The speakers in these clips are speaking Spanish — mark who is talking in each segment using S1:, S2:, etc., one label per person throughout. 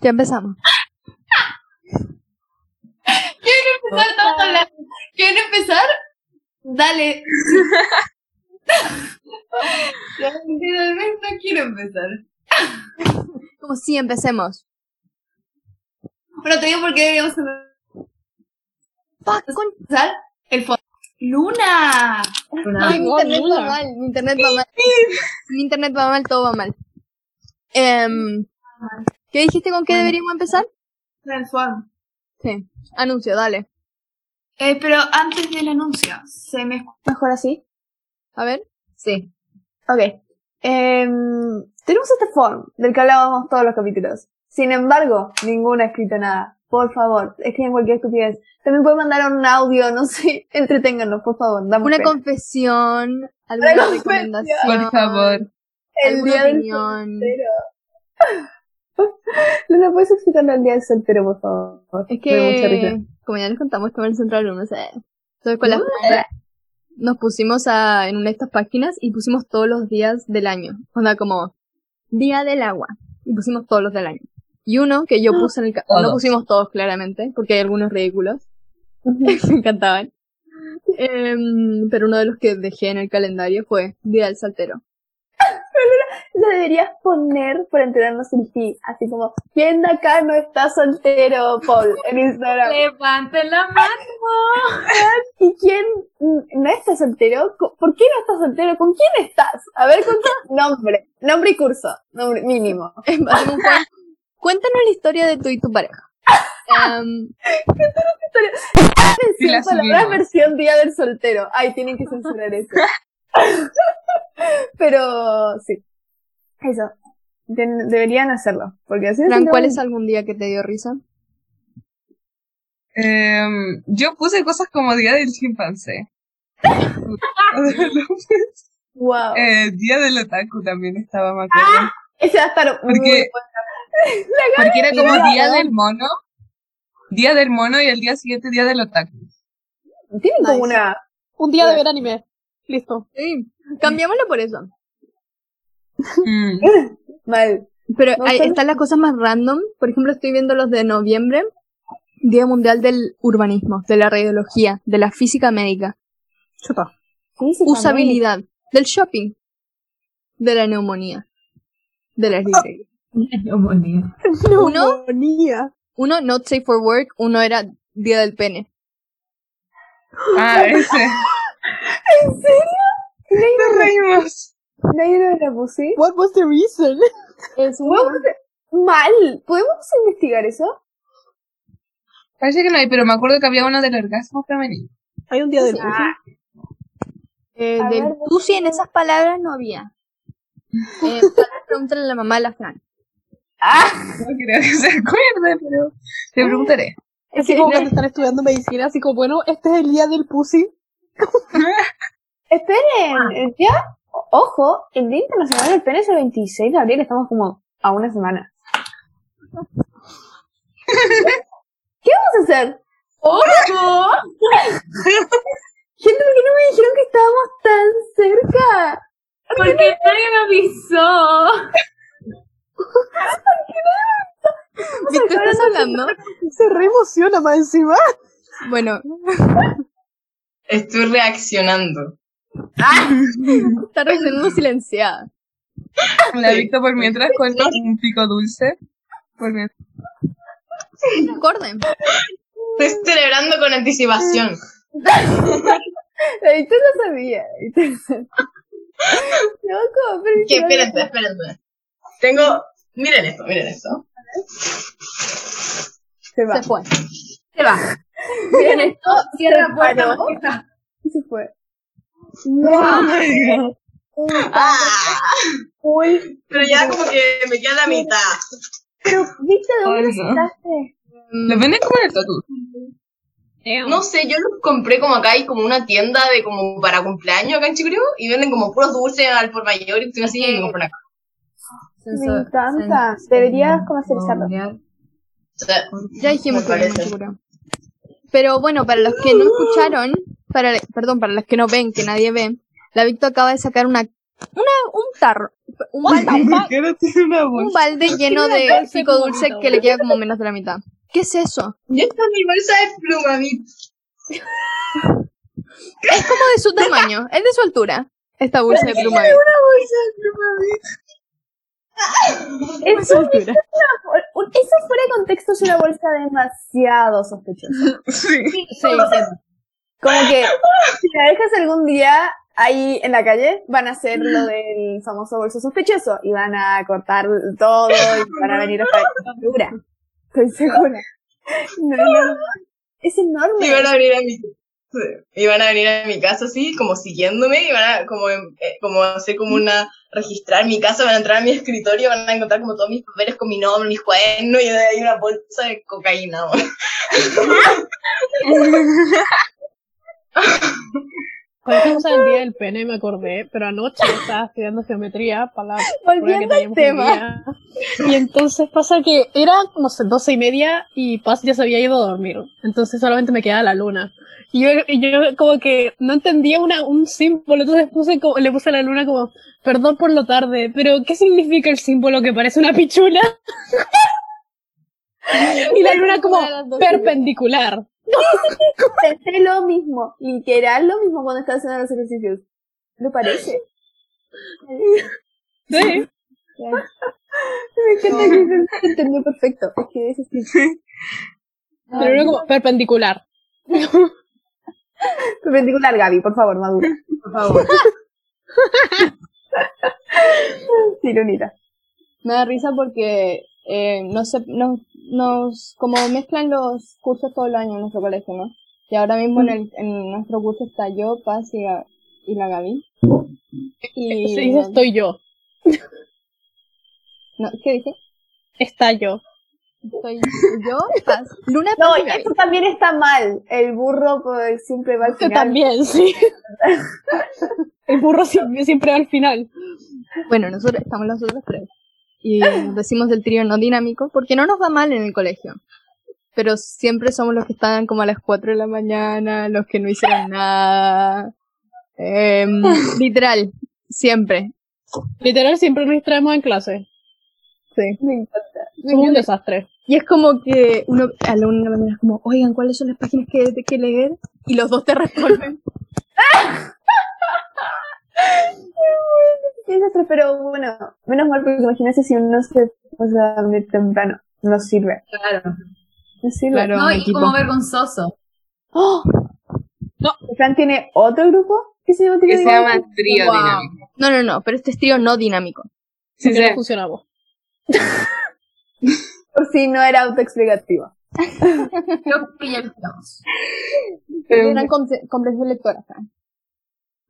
S1: Ya empezamos.
S2: Quiero empezar tanto la- ¿Quieren empezar? Dale. Ya, Literalmente no quiero empezar.
S1: Como si empecemos.
S2: Pero te digo por qué deberíamos empezar.
S1: Fuck, con...
S2: El fondo. ¡Luna!
S1: Ay, mi
S3: guau,
S1: internet va
S3: mula.
S1: mal, mi internet va mal. Mi internet va mal, todo va mal. Em, ¿Qué dijiste con qué deberíamos empezar?
S2: Transform.
S1: Sí. Anuncio, dale.
S2: Eh, pero antes del anuncio, se me escucha.
S3: Mejor así.
S1: A ver.
S3: Sí. Ok. Em, tenemos este form del que hablábamos todos los capítulos. Sin embargo, ninguno ha escrito nada. Por favor, escriban cualquier estupidez. También pueden mandar un audio, no sé. Entreténganos, por favor. Damos
S1: Una
S3: pena.
S1: confesión, alguna
S3: confesión.
S1: recomendación.
S3: El
S1: alguna
S3: día del
S1: opinión.
S3: soltero. Luna, ¿puedes explicarle el día del soltero, por favor?
S1: Es
S3: Me da mucha
S1: que,
S3: risa.
S1: como ya les contamos, estamos en el centro de alumnos. eh. Entonces, con las nos pusimos a, en una de estas páginas y pusimos todos los días del año. O sea, como Día del Agua. Y pusimos todos los del año. Y uno que yo puse en el... ca- No
S4: Todos.
S1: pusimos todos, claramente, porque hay algunos ridículos. Me encantaban. Em, pero uno de los que dejé en el calendario fue Día del Saltero.
S3: Lo deberías poner para enterarnos en ti. Así como, ¿quién de acá no está soltero, Paul? En Instagram.
S2: Levanten la mano.
S3: ¿Y quién mm, no está soltero? Co- ¿Por qué no estás soltero? ¿Con quién estás? A ver, ¿con qué? Nombre. Nombre y curso. Nombre mínimo.
S1: Hacemos un cuen- Cuéntanos la historia de tú y tu pareja. Em,
S4: Sí, la
S3: Versión palabras,
S4: subimos.
S3: versión día del soltero. Ay, tienen que censurar eso. Pero, sí. Eso. De- deberían hacerlo. Porque así
S1: Fran,
S3: no-
S1: ¿cuál es algún día que te dio risa?
S4: Em, yo puse cosas como Día del Chimpancé.
S3: Wow.
S4: Eh, día del Otaku también estaba, me acuerdo.
S3: Ese va a estar muy
S4: porque-
S3: bueno.
S4: Porque era como
S3: Mira,
S4: Día
S3: ¿no?
S4: del Mono. Día del Mono y el día siguiente Día del Otaku.
S3: Tienen como
S1: Nice.
S3: una...
S5: Un día de ver anime. Listo.
S1: Sí, cambiámoslo por eso.
S4: Mm.
S3: Mal.
S1: Pero
S3: No
S1: ahí
S3: sé.
S1: están las cosas más random. Por ejemplo, estoy viendo los de noviembre, Día Mundial del Urbanismo, de la Radiología, de la Física Médica, Usabilidad, del Shopping, de la Neumonía, de las librerías. Uno,
S5: Neumonía.
S1: uno, Not Safe for Work, uno era Día del Pene.
S4: Ah, ese.
S3: ¿En serio?
S4: Nos reímos.
S3: ¿Nadie lo la puse?
S5: What was the reason?
S1: Es
S3: Podemos- Mal. ¿Podemos investigar eso?
S4: Parece que no hay, pero me acuerdo que había uno del orgasmo femenino.
S5: Hay un día del
S1: eh,
S3: A
S1: del
S3: ver,
S1: Lucy en esas palabras no había. Eh, pregúntale a la mamá de la Fran.
S5: Ah,
S4: No creo que se acuerde, pero te preguntaré.
S5: Es así como cuando están estudiando medicina, así como, bueno, este es el día del pussy.
S2: Ah.
S3: Esperen, el día, ojo, el Día Internacional del Pene es el 26 de abril, estamos como a una semana. ¿Qué vamos a hacer?
S2: ¡Ojo!
S3: Gente, ¿por qué no me dijeron que estábamos tan cerca?
S2: Porque nadie me avisó.
S1: ¿De qué estás hablando?
S5: Se re emociona más encima.
S1: Bueno,
S6: Estoy reaccionando.
S1: está recién silenciada.
S4: La he visto por mientras con un pico dulce. Por mientras.
S1: Acorden.
S6: Estoy celebrando con anticipación.
S3: La Victoria lo sabía. la Victoria lo sabía. Loco, pero
S6: Que
S3: literal-
S6: espérense, espérense. Tengo. Miren esto, miren esto.
S3: se va.
S1: Se fue.
S2: Se va.
S3: Miren esto,
S2: Cierra la puerta.
S3: Paró.
S2: Marquesa.
S3: y se fue. No,
S6: ¡Ah!
S3: uy,
S6: Pero ya como que me queda la mitad.
S3: pero Victoria, ¿de dónde
S4: Ay,
S3: lo
S4: no.
S3: sacaste?
S4: Los venden como en el tatu. Eh,
S6: No sé, yo los compré como acá hay como una tienda de como para cumpleaños acá en Chicureo y venden como puros dulces al por mayor y tú así y compran acá.
S3: Me encanta. Deberías comercializarlo.
S6: O sea,
S1: Ya dijimos
S6: Me
S1: que era
S6: parece.
S1: seguro. Pero bueno, para los que no escucharon, para, perdón, para los que no ven, que nadie ve, la Victo acaba de sacar una, una, un tarro, un balde,
S4: ¿Por qué no tiene una
S1: un
S4: bolsa?
S1: balde lleno
S5: Tiene
S1: de
S5: bolsa
S1: pico
S5: como
S1: dulce
S5: bonito.
S1: que le queda como menos de la mitad. ¿Qué es eso?
S6: Y esta es mi bolsa de pluma, mi-
S1: Es como de su tamaño, es de su altura. Esta bolsa de pluma.
S3: Eso es una bol- un- Ah, eso fuera de contexto es una bolsa demasiado sospechosa.
S4: Sí.
S1: Sí,
S3: Como que si la dejas algún día ahí en la calle, van a hacer lo del famoso bolso sospechoso y van a cortar todo y van a venir hasta aquí. Dura. Estoy segura. No, no, no. Es
S6: Y
S3: enorme.
S6: van a venir a mi y van a venir a mi casa así, como siguiéndome, y van a como, em- eh, como hacer como una registrar mi casa, van a entrar a mi escritorio, van a encontrar como todos mis papeles con mi nombre, mis cuadernos, y de ahí una bolsa de cocaína. weón.
S5: Con esta cosa del día del pene me acordé, pero anoche estaba estudiando geometría para la prueba
S1: Volviendo
S5: que teníamos
S1: tema.
S5: hoy día. Y entonces pasa que era, no sé, doce y media y Paz ya se había ido a dormir. Entonces solamente me quedaba la luna. Y yo, y yo como que no entendía una, un símbolo, entonces puse como, le puse a la luna como, perdón por lo tarde, pero ¿qué significa el símbolo que parece una pichula? y la luna como perpendicular.
S3: Pensé lo mismo, literal lo mismo cuando estaba haciendo los ejercicios. ¿Lo parece?
S5: Sí.
S3: Ya. Me encanta que se- se entendió perfecto. Es que es así.
S5: La luna como perpendicular.
S3: Perpendicular, Gaby, por favor, madura.
S6: Por favor.
S3: Tirunita.
S1: Me da risa porque eh, no sé, no, nos, como mezclan los cursos todo el año en nuestro colegio, ¿no? Y ahora mismo en, el, en nuestro curso está yo, Paz y, la- y la Gaby. Y,
S5: Se dice estoy yo.
S1: no, ¿Qué dije?
S5: Está yo.
S1: Estoy yo, Paz. Luna,
S3: No,
S1: Paz y Gaby.
S3: eso también está mal. El burro pues, siempre va al
S5: Yo
S1: Este
S3: final.
S5: también, sí. El burro siempre, siempre va al final.
S1: Bueno, nosotros estamos las otras tres. Y nos decimos del trío no dinámico porque no nos va mal en el colegio. Pero siempre somos los que están como a las 4 de la mañana, los que no hicieron nada. Em, literal, siempre.
S5: Literal, siempre nos distraemos en clase.
S1: Sí.
S3: Me encanta.
S5: Somos un desastre.
S1: Y es como que uno a la una de la mañana es como, oigan, ¿cuáles son las páginas que hay que leer? Y los dos te responden.
S3: Sí, desastre, pero bueno, menos mal porque imagínate si uno se o sea, muy temprano. No sirve.
S7: Claro.
S3: No sirve.
S1: Claro.
S7: No,
S1: un
S7: y
S1: equipo.
S7: como vergonzoso.
S3: ¡Oh!
S5: No.
S3: Fran tiene otro grupo que se llama Trío
S4: Que se
S3: Dinámico?
S4: llama trío
S7: Wow.
S4: dinámico.
S1: No, no, no, pero este es trío no dinámico.
S4: Sí,
S5: Porque
S4: sí.
S5: no funcionamos.
S3: Por si no era autoexplicativo.
S7: Creo que ya lo estamos.
S4: Pero-
S1: Gran compre- comprensión lectora. Fran.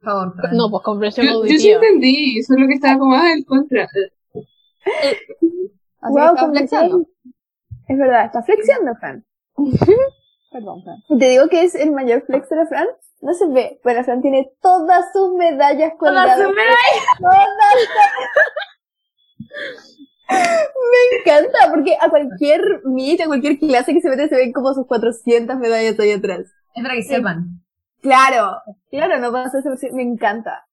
S7: Por favor, Fran.
S5: No, pues conversión
S4: Yo, yo sí
S5: auditiva.
S4: entendí, solo que estaba como, ah, el contra.
S1: Así
S3: Guau,
S1: que estaba
S3: como que
S1: flexeando.
S3: Es verdad, está flexiando, Fran.
S1: Perdón, Fran.
S3: Y Te digo que es el mayor flex de la Fran. No se ve, pero la Fran tiene todas sus medallas colgadas.
S7: sus
S3: Todas. Me encanta, porque a cualquier meet, a cualquier clase que se mete, se ven como sus 400 medallas ahí atrás.
S7: Es para que sepan.
S3: Claro, claro, no pasa eso. sí, Me encanta.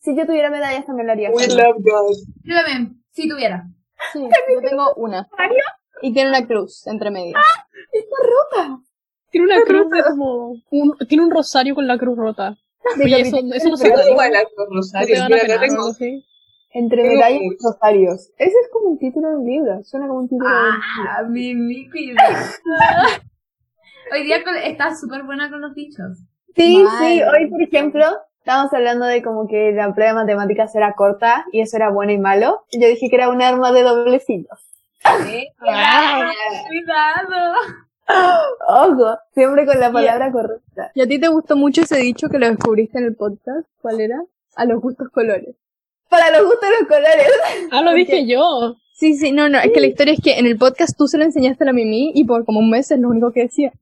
S3: Si yo tuviera medallas también lo haría.
S4: love God.
S7: Yo también, si tuviera.
S1: Sí, yo tengo una. Y tiene una cruz entre medio.
S3: Ah,
S5: Tiene una cruz como. un- tiene un rosario con la cruz rota. Oye, eso, eso no se
S4: Yo
S5: puede.
S4: igual a los
S5: No te
S4: rosarios.
S5: van a
S4: Mira, acá
S5: penar,
S4: tengo-
S5: ¿no? Sí.
S3: Entre
S4: Tengo
S3: medallas y
S4: mucho.
S3: rosarios. Ese es como un título de un libro. Suena como un título de un
S7: Ah, mi, mi cuida. Hoy día con- está súper buena con los dichos.
S3: Sí,
S1: Mal.
S3: sí, hoy por ejemplo estábamos hablando de como que la prueba de matemáticas era corta y eso era bueno y malo. Yo dije que era un arma de doble filo.
S7: ¿Eh? Ah, Cuidado.
S3: Ojo, siempre con la palabra correcta.
S1: ¿Y a ti te gustó mucho ese dicho que lo descubriste en el podcast? ¿Cuál era? A los gustos colores.
S3: Para los gustos de los colores.
S5: Ah, lo dije yo.
S1: Sí, sí, no, no, es que la historia es que en el podcast tú se lo enseñaste a la Mimi y por como un mes es lo único que decía.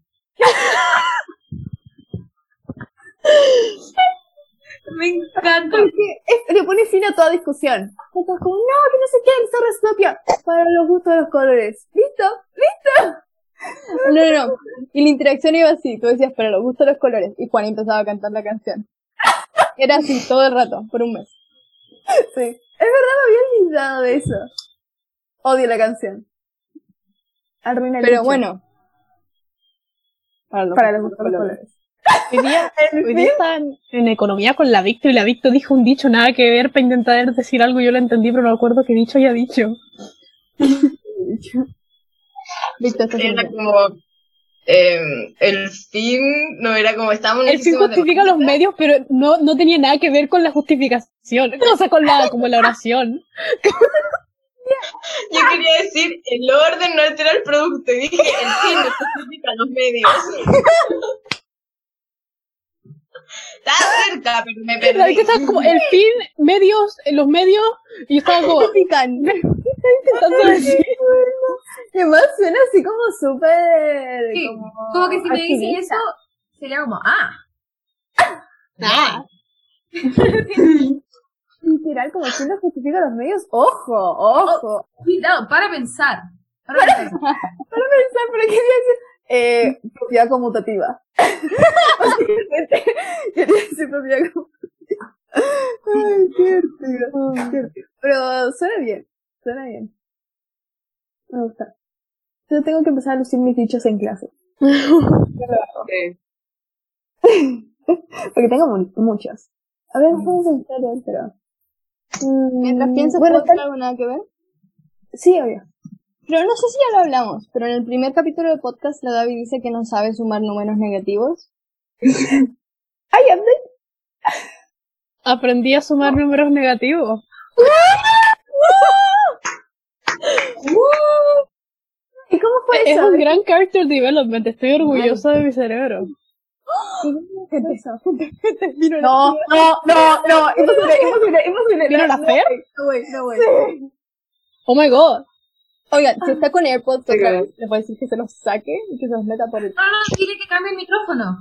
S7: Me encanta.
S3: Porque es- le pone fin a toda discusión. Entonces, como, no, que no sé qué, el zorro es propio. Para los gustos de los colores. ¿Listo?
S1: No, no, no. Y la interacción iba así, tú decías, para los gustos los colores. Y Juan empezaba a cantar la canción. Era así todo el rato, por un mes.
S3: Sí. Es verdad, me había olvidado de eso. Odio la canción. Arruina el
S1: Pero
S3: hecho
S1: bueno. Para los,
S3: Para los gustos colores.
S5: Hoy día, hoy día estaba en, en economía con la Victo y la Victo dijo un dicho nada que ver para intentar decir algo. Yo lo entendí, pero no acuerdo qué dicho haya dicho.
S1: Víctor, estás
S6: Era
S1: bien.
S6: como. em, el fin no era como estábamos
S5: El fin
S6: necesitamos de-
S5: justifica los medios, pero no, no tenía nada que ver con la justificación. O sea, con la, como la oración.
S6: Yo quería decir, el orden no altera el producto. Y dije, el fin no justifica los medios. Está cerca, pero me perdí.
S5: La Victo estaba como, el fin, medios, eh, los medios, y estaba como
S3: Pican.
S5: intentando decir.
S3: Y además suena así como súper.
S7: Sí,
S3: como...
S7: Como que si me dicen
S3: activista.
S7: eso, sería como, ah.
S3: Literal, como si no justifica los medios. Ojo, ojo.
S7: Cuidado, para pensar. Para pensar.
S3: Para pensar, pero quería decir. Eh, propiedad conmutativa. Básicamente, quería decir propiedad conmutativa. Ay, qué divertido. qué divertido. Pero suena bien, suena bien. Me gusta. Yo tengo que empezar a lucir mis dichos en clase.
S4: Sí.
S3: Porque tengo mu- muchos. A ver, vamos a buscar otro. Mm,
S1: Mm. Mientras pienso,
S3: bueno,
S1: ¿puedo
S3: tal-
S1: hacer algo nada que ver?
S3: sí, obvio.
S1: Pero no sé si ya lo hablamos, pero en el primer capítulo del podcast la Gaby dice que no sabe sumar números negativos.
S3: Ay, Abdel,
S5: Aprendí a sumar números negativos.
S3: ¿y cómo fue
S5: Es
S3: eso?
S5: un gran character development. Estoy orgullosa de mi cerebro.
S3: No, no, no, no, imposible, imposible, imposible.
S5: ¿Vino la
S3: no,
S5: Fer?
S3: No, güey, no, güey.
S5: Oh my god.
S1: Oigan, si está con AirPods otra vez, le puedo decir que se los saque y que se los meta por el...
S7: No, no, dile que cambie el micrófono.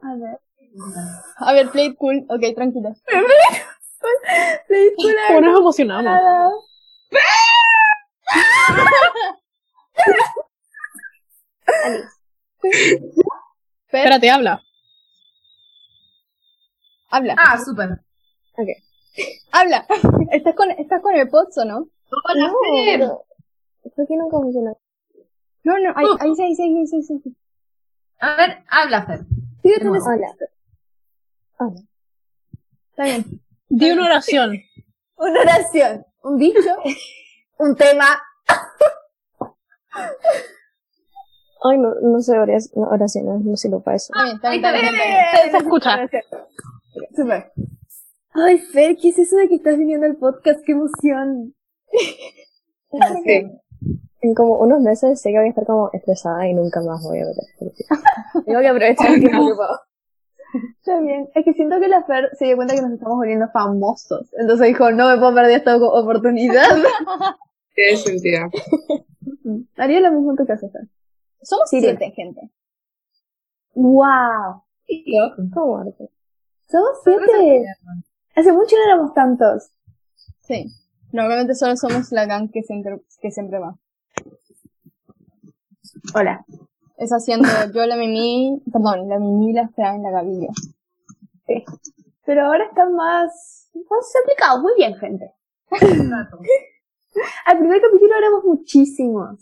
S3: A ver.
S1: A ver, play it cool. Ok, tranquila.
S3: Película.
S5: ¿Cómo nos emocionamos?
S1: Fer,
S5: Espérate, habla.
S1: habla.
S7: Ah, súper.
S1: Habla. ¿Estás con, ¿Estás con AirPods o no?
S6: Hola, Fer.
S1: Esto sí nunca funciona. No, no, ahí, ahí sí, ahí sí, ahí sí, ahí sí.
S7: A ver, habla, Fer.
S3: Sí, Ah, yo también-
S1: Hola. Hola. Está bien.
S5: Di una oración.
S3: Una oración, un dicho, un tema.
S8: Ay, no, no sé orac- no, oraciones, no sirvo para eso.
S1: Está bien, está bien,
S7: Ahí
S1: está
S7: está
S1: bien. está bien.
S5: Se, se escucha.
S3: Super. Ay, Fer, ¿qué es eso de que estás viniendo al podcast? ¡Qué emoción!
S4: Sí.
S8: En como unos meses sé que voy a estar como estresada y nunca más voy a ver. Tengo que aprovechar el tiempo que puedo.
S3: Está bien. Es que siento que la Fer se dio cuenta que nos estamos volviendo famosos. Entonces dijo, no me puedo perder esta o- oportunidad.
S4: Tiene sentido.
S3: Haría lo mismo en tu casa, Fer.
S1: Somos
S3: Sí, bien.
S1: siete, gente.
S3: ¡Wow!
S8: ¿Cómo arte?
S3: Somos siete. Hace mucho no éramos tantos.
S1: Sí. Normalmente solo somos la gang que siempre, que siempre va.
S3: Hola.
S1: Es haciendo yo la Mimi, perdón, la Mimi, la Fran, la Gavillo.
S3: Pero ahora están más, más aplicados. Muy bien, gente. Al primer capítulo éramos muchísimos.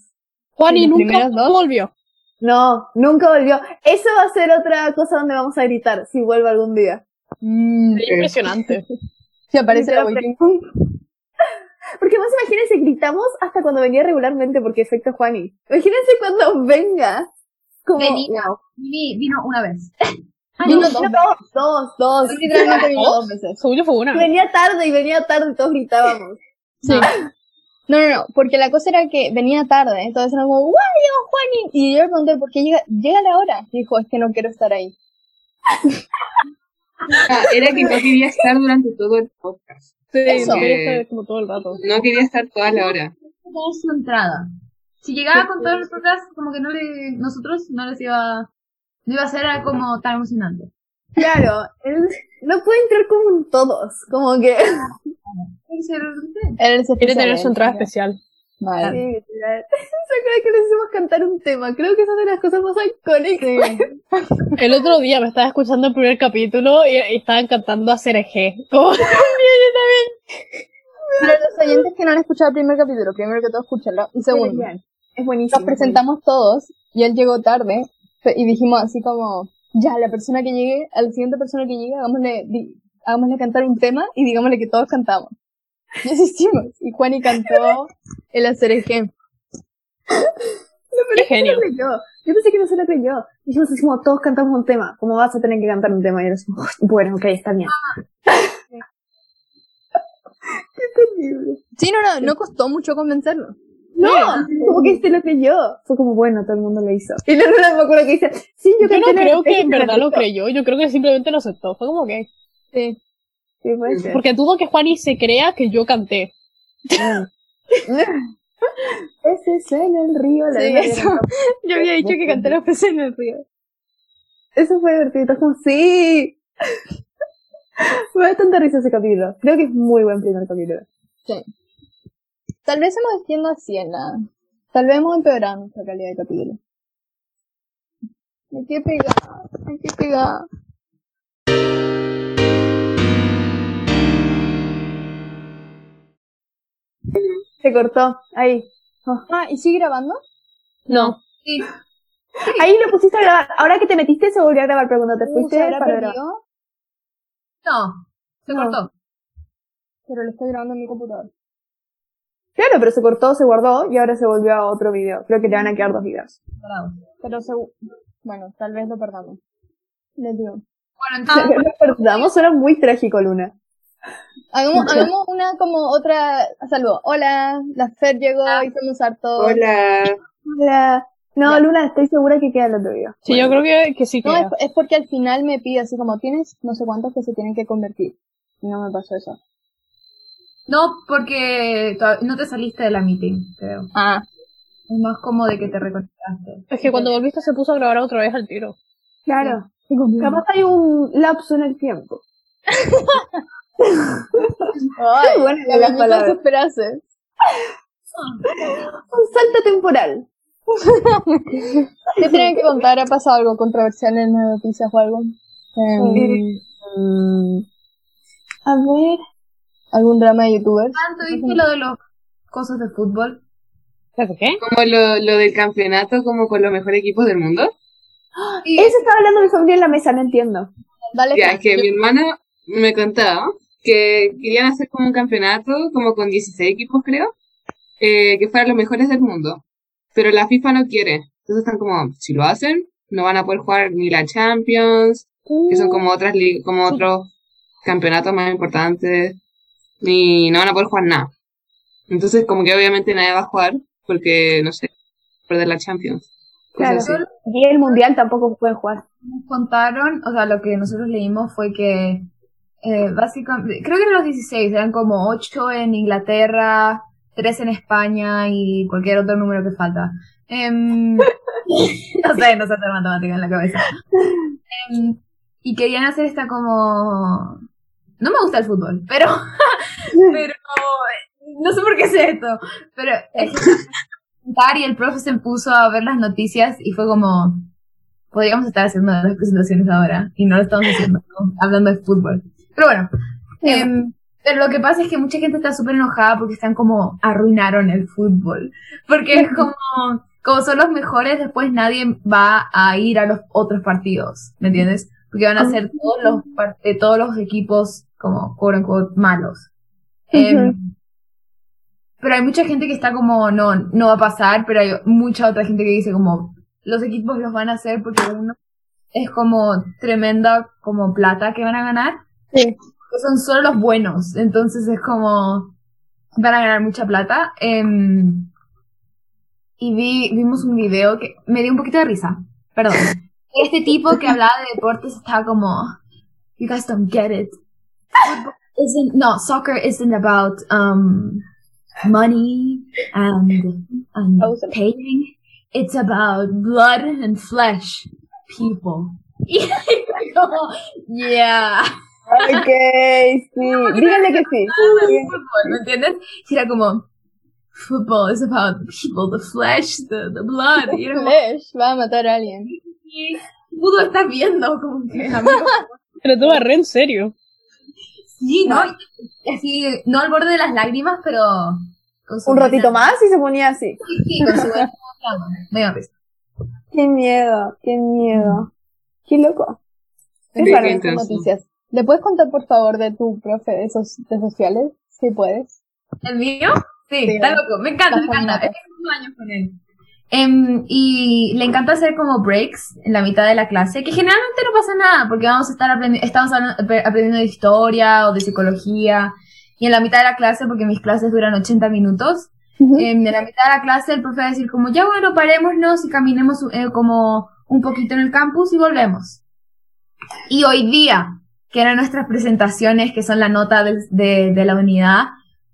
S5: Juan y
S1: Los
S5: nunca
S1: primeros dos.
S5: volvió.
S3: No, nunca volvió. Eso va a ser otra cosa donde vamos a gritar si vuelve algún día.
S5: Sería impresionante.
S1: Si aparece la
S3: Literal,
S1: Wiki.
S3: Porque más imagínense, gritamos hasta cuando venía regularmente porque efecto Juani. Imagínense cuando venga. Como,
S7: Venía.
S3: wow.
S7: Mimi vino una vez.
S1: Vino dos
S3: No,
S1: veces.
S3: dos, dos.
S1: Literalmente vino dos veces.
S5: Según yo fue una.
S3: Venía tarde y venía tarde y todos gritábamos.
S1: Sí. No, no, no, porque la cosa era que venía tarde, entonces era como, ¡guau, llegó Juani! Y yo le pregunté, ¿por qué llega, llega la hora? Y dijo, es que no quiero estar ahí.
S4: Ah, era que no quería estar durante todo el podcast.
S5: Sí,
S1: Eso. Este
S5: no quería estar como todo el rato.
S4: No quería estar toda la hora.
S7: Como su entrada. Si llegaba con todas las otras, como que no le, nosotros no les iba, no iba a ser como tan emocionante.
S3: Claro, él no puede entrar como un todos. Como que.
S7: Tiene que ser-
S1: Era el
S5: Quiere
S1: especial,
S5: tener su entrada
S1: era.
S5: especial.
S3: Sí,
S1: Vale.
S3: literal. ¿Se acuerdan que les hicimos cantar un tema? Creo que esa es de las cosas más icónicas.
S9: El otro día me estaba escuchando el primer capítulo y, y estaban cantando a Cereje. Como
S1: Para los oyentes que no han escuchado el primer capítulo, primero que todo, escúchenlo. Y segundo,
S3: Es
S1: nos
S3: buenísimo.
S1: presentamos todos y él llegó tarde fe- y dijimos así como, ya, la persona que llegue, a la siguiente persona que llegue, hagámosle, di- hagámosle cantar un tema y digámosle que todos cantamos. Y eso hicimos. Y Juani cantó el hacer ejemplo.
S9: qué genio.
S3: Solo yo. Yo pensé que no solo que yo. Dijimos así como todos cantamos un tema. ¿Cómo vas a tener que cantar un tema? Y eres como, bueno, ok, está bien. Qué terrible.
S10: Sí, no, no, no costó mucho convencerlo.
S3: No, como que este lo creyó. Fue como, bueno, todo el mundo lo hizo. Y luego me acuerdo que dice, sí, yo
S9: Yo
S3: canté
S9: no
S3: la-
S9: creo que
S3: ese
S9: en verdad lo
S3: cantito.
S9: creyó, yo creo que simplemente lo aceptó. Fue como que.
S3: Sí, puede ser.
S9: Porque dudo que Juani se crea que yo canté.
S3: Ese suena el río. La
S10: Sí,
S3: vida
S10: eso.
S3: viene-
S10: Yo había dicho que canté las peces en el río.
S3: Eso fue divertido. Estás como, sí. Me da tanta risa ese capítulo. Creo que es muy buen primer capítulo.
S1: Tal vez estamos haciendo así en la... Tal vez hemos empeorado nuestra calidad de capítulo. Hay que pegar, hay que pegar.
S3: Se cortó. Ahí.
S1: Ah, ¿y sigue grabando?
S9: No.
S3: Ahí lo pusiste a grabar. Ahora que te metiste se volvió a grabar, pero cuando te
S1: Uh,
S3: fuiste
S1: ¿se habrá
S3: para grabar.
S1: perdido?
S7: No, se cortó.
S1: Pero lo estoy grabando en mi computador.
S3: Claro, pero se cortó, se guardó y ahora se volvió a otro video. Creo que te van a quedar dos videos.
S7: Bravo.
S1: Pero se... Bueno, tal vez lo perdamos. Les digo.
S7: Bueno, entonces,
S3: Nos perdamos, suena muy trágico, Luna.
S1: Hagamos, hagamos una como otra saludo. Hola, la Fer llegó
S3: Ah.
S1: y somos hartos.
S4: Hola.
S3: Hola. No, Luna, estoy segura que queda el otro video.
S9: Sí, yo creo que, que sí
S1: No,
S9: queda.
S1: es, es porque al final me pide así como tienes no sé cuántos que se tienen que convertir. Y no me pasó eso.
S7: no, porque todav- no te saliste de la meeting, creo.
S1: Ah,
S7: Es más como de que te reconectaste. Ah,
S9: Es que cuando volviste se puso a grabar otra vez al tiro.
S3: Claro. Capaz hay un lapso en el tiempo. Qué buena
S1: la
S3: las
S1: misma
S3: palabras.
S1: esperanza.
S3: Un salto temporal.
S1: ¿Qué tienen que contar? ¿Ha pasado algo controversial en las noticias o algo? Em,
S3: Mm. A ver.
S1: ¿Algún drama de youtubers?
S7: ¿Tanto viste lo de los cosas de fútbol?
S9: ¿Sabes qué?
S4: Como lo, lo del campeonato, como con los mejores equipos del mundo.
S7: Sí,
S3: Eso estaba hablando mi familia en la mesa, no entiendo.
S1: Dale,
S4: Ya,
S1: Fer.
S4: que mi hermana me contaba que querían hacer como un campeonato, como con 16 equipos creo, eh, que fueran los mejores del mundo. Pero la FIFA no quiere. Entonces están como, si lo hacen, no van a poder jugar ni la Champions, que son como otras lig- como
S7: Uh.
S4: otros campeonatos más importantes, ni no van a poder jugar nada. Entonces como que obviamente nadie va a jugar, porque no sé, perder la Champions. Cosas
S3: Claro.
S4: así.
S3: Y el mundial tampoco pueden jugar.
S7: nos contaron, o sea, lo que nosotros leímos fue que eh, básicamente, creo que eran los 16, eran como 8 en Inglaterra, 3 en España y cualquier otro número que falta. Em, no sé, no sé hacer matemática en la cabeza. Em, y querían hacer esta como... No me gusta el fútbol, pero... pero... No sé por qué es esto, pero... es- y el profe se puso a ver las noticias y fue como podríamos estar haciendo las presentaciones ahora y no lo estamos haciendo, estamos hablando de fútbol. Pero bueno, em, pero lo que pasa es que mucha gente está súper enojada porque están como arruinaron el fútbol. Porque es como, como son los mejores, después nadie va a ir a los otros partidos, ¿me entiendes? Porque van a ser todos los, par- eh, todos los equipos como, quote unquote, malos. Em, pero hay mucha gente que está como, no, no va a pasar, pero hay mucha otra gente que dice como, los equipos los van a hacer porque uno es como tremenda como plata que van a ganar.
S3: Sí.
S7: Que son solo los buenos, entonces es como, van a ganar mucha plata. em, y vi, vimos un video que me dio un poquito de risa, perdón. Este tipo que hablaba de deportes estaba como, you guys don't get it. Football Isn't, no, soccer isn't about, um, money and, and paying. It's about blood and flesh, people. Y como, yeah.
S3: Ok, sí. Díganle que sí.
S7: Fútbol, ¿Me entiendes? Y era como, Football is about the people, the flesh, the, the blood. Y era como,
S1: Flash va a matar a alguien.
S7: pudo estar viendo, como que, amigo.
S5: Pero tú re en serio.
S7: Sí, ¿no? Y así, no al borde de las lágrimas, pero. con su
S3: Un ratito
S7: buena-
S3: más y se ponía así.
S7: Sí, sí, con su buena trama. Me dio risa.
S3: Qué miedo, qué miedo. Qué loco.
S4: Sí,
S1: Es
S4: qué
S1: raro esas
S4: intenso.
S1: noticias. ¿Le puedes contar, por favor, de tu profe de, esos de sociales? Si puedes.
S7: ¿El mío? Sí,
S1: Sí,
S7: está loco. Me encanta, me
S1: está
S7: encanta.
S1: genial.
S7: Es un año con él. Em, y le encanta hacer como breaks en la mitad de la clase, que generalmente no pasa nada, porque vamos a estar aprendiendo, estamos hablan- apre- aprendiendo de historia o de psicología, y en la mitad de la clase, porque mis clases duran 80 minutos,
S1: Ujú.
S7: em, en la mitad de la clase el profe va a decir como, ya bueno, parémonos y caminemos eh, como un poquito en el campus y volvemos. Y hoy día, que eran nuestras presentaciones, que son la nota del- de, de la unidad,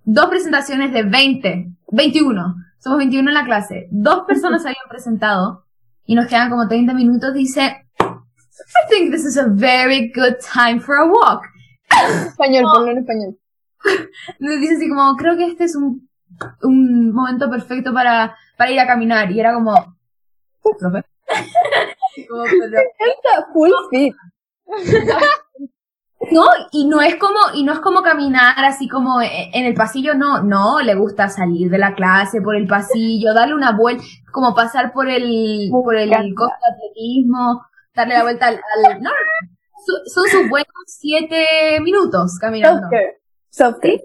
S7: dos presentaciones de 20, 21. Somos 21 en la clase. Dos personas se habían presentado y nos quedan como 30 minutos. Dice, I think this is a very good time for a walk.
S1: Español, ponlo en español.
S7: Nos dice así como, creo que este es un, un momento perfecto para, para ir a caminar. Y era como, "Profe". Como, "Pero-
S1: Está full fit.
S7: No, y no es como, y no es como caminar así como e- en el pasillo, no, no, le gusta salir de la clase por el pasillo, darle una vuelta, como pasar por el, por el
S3: encanta.
S7: costo de atletismo, darle la vuelta al, al- no, su- son sus buenos siete minutos caminando.
S3: Softer. Softer.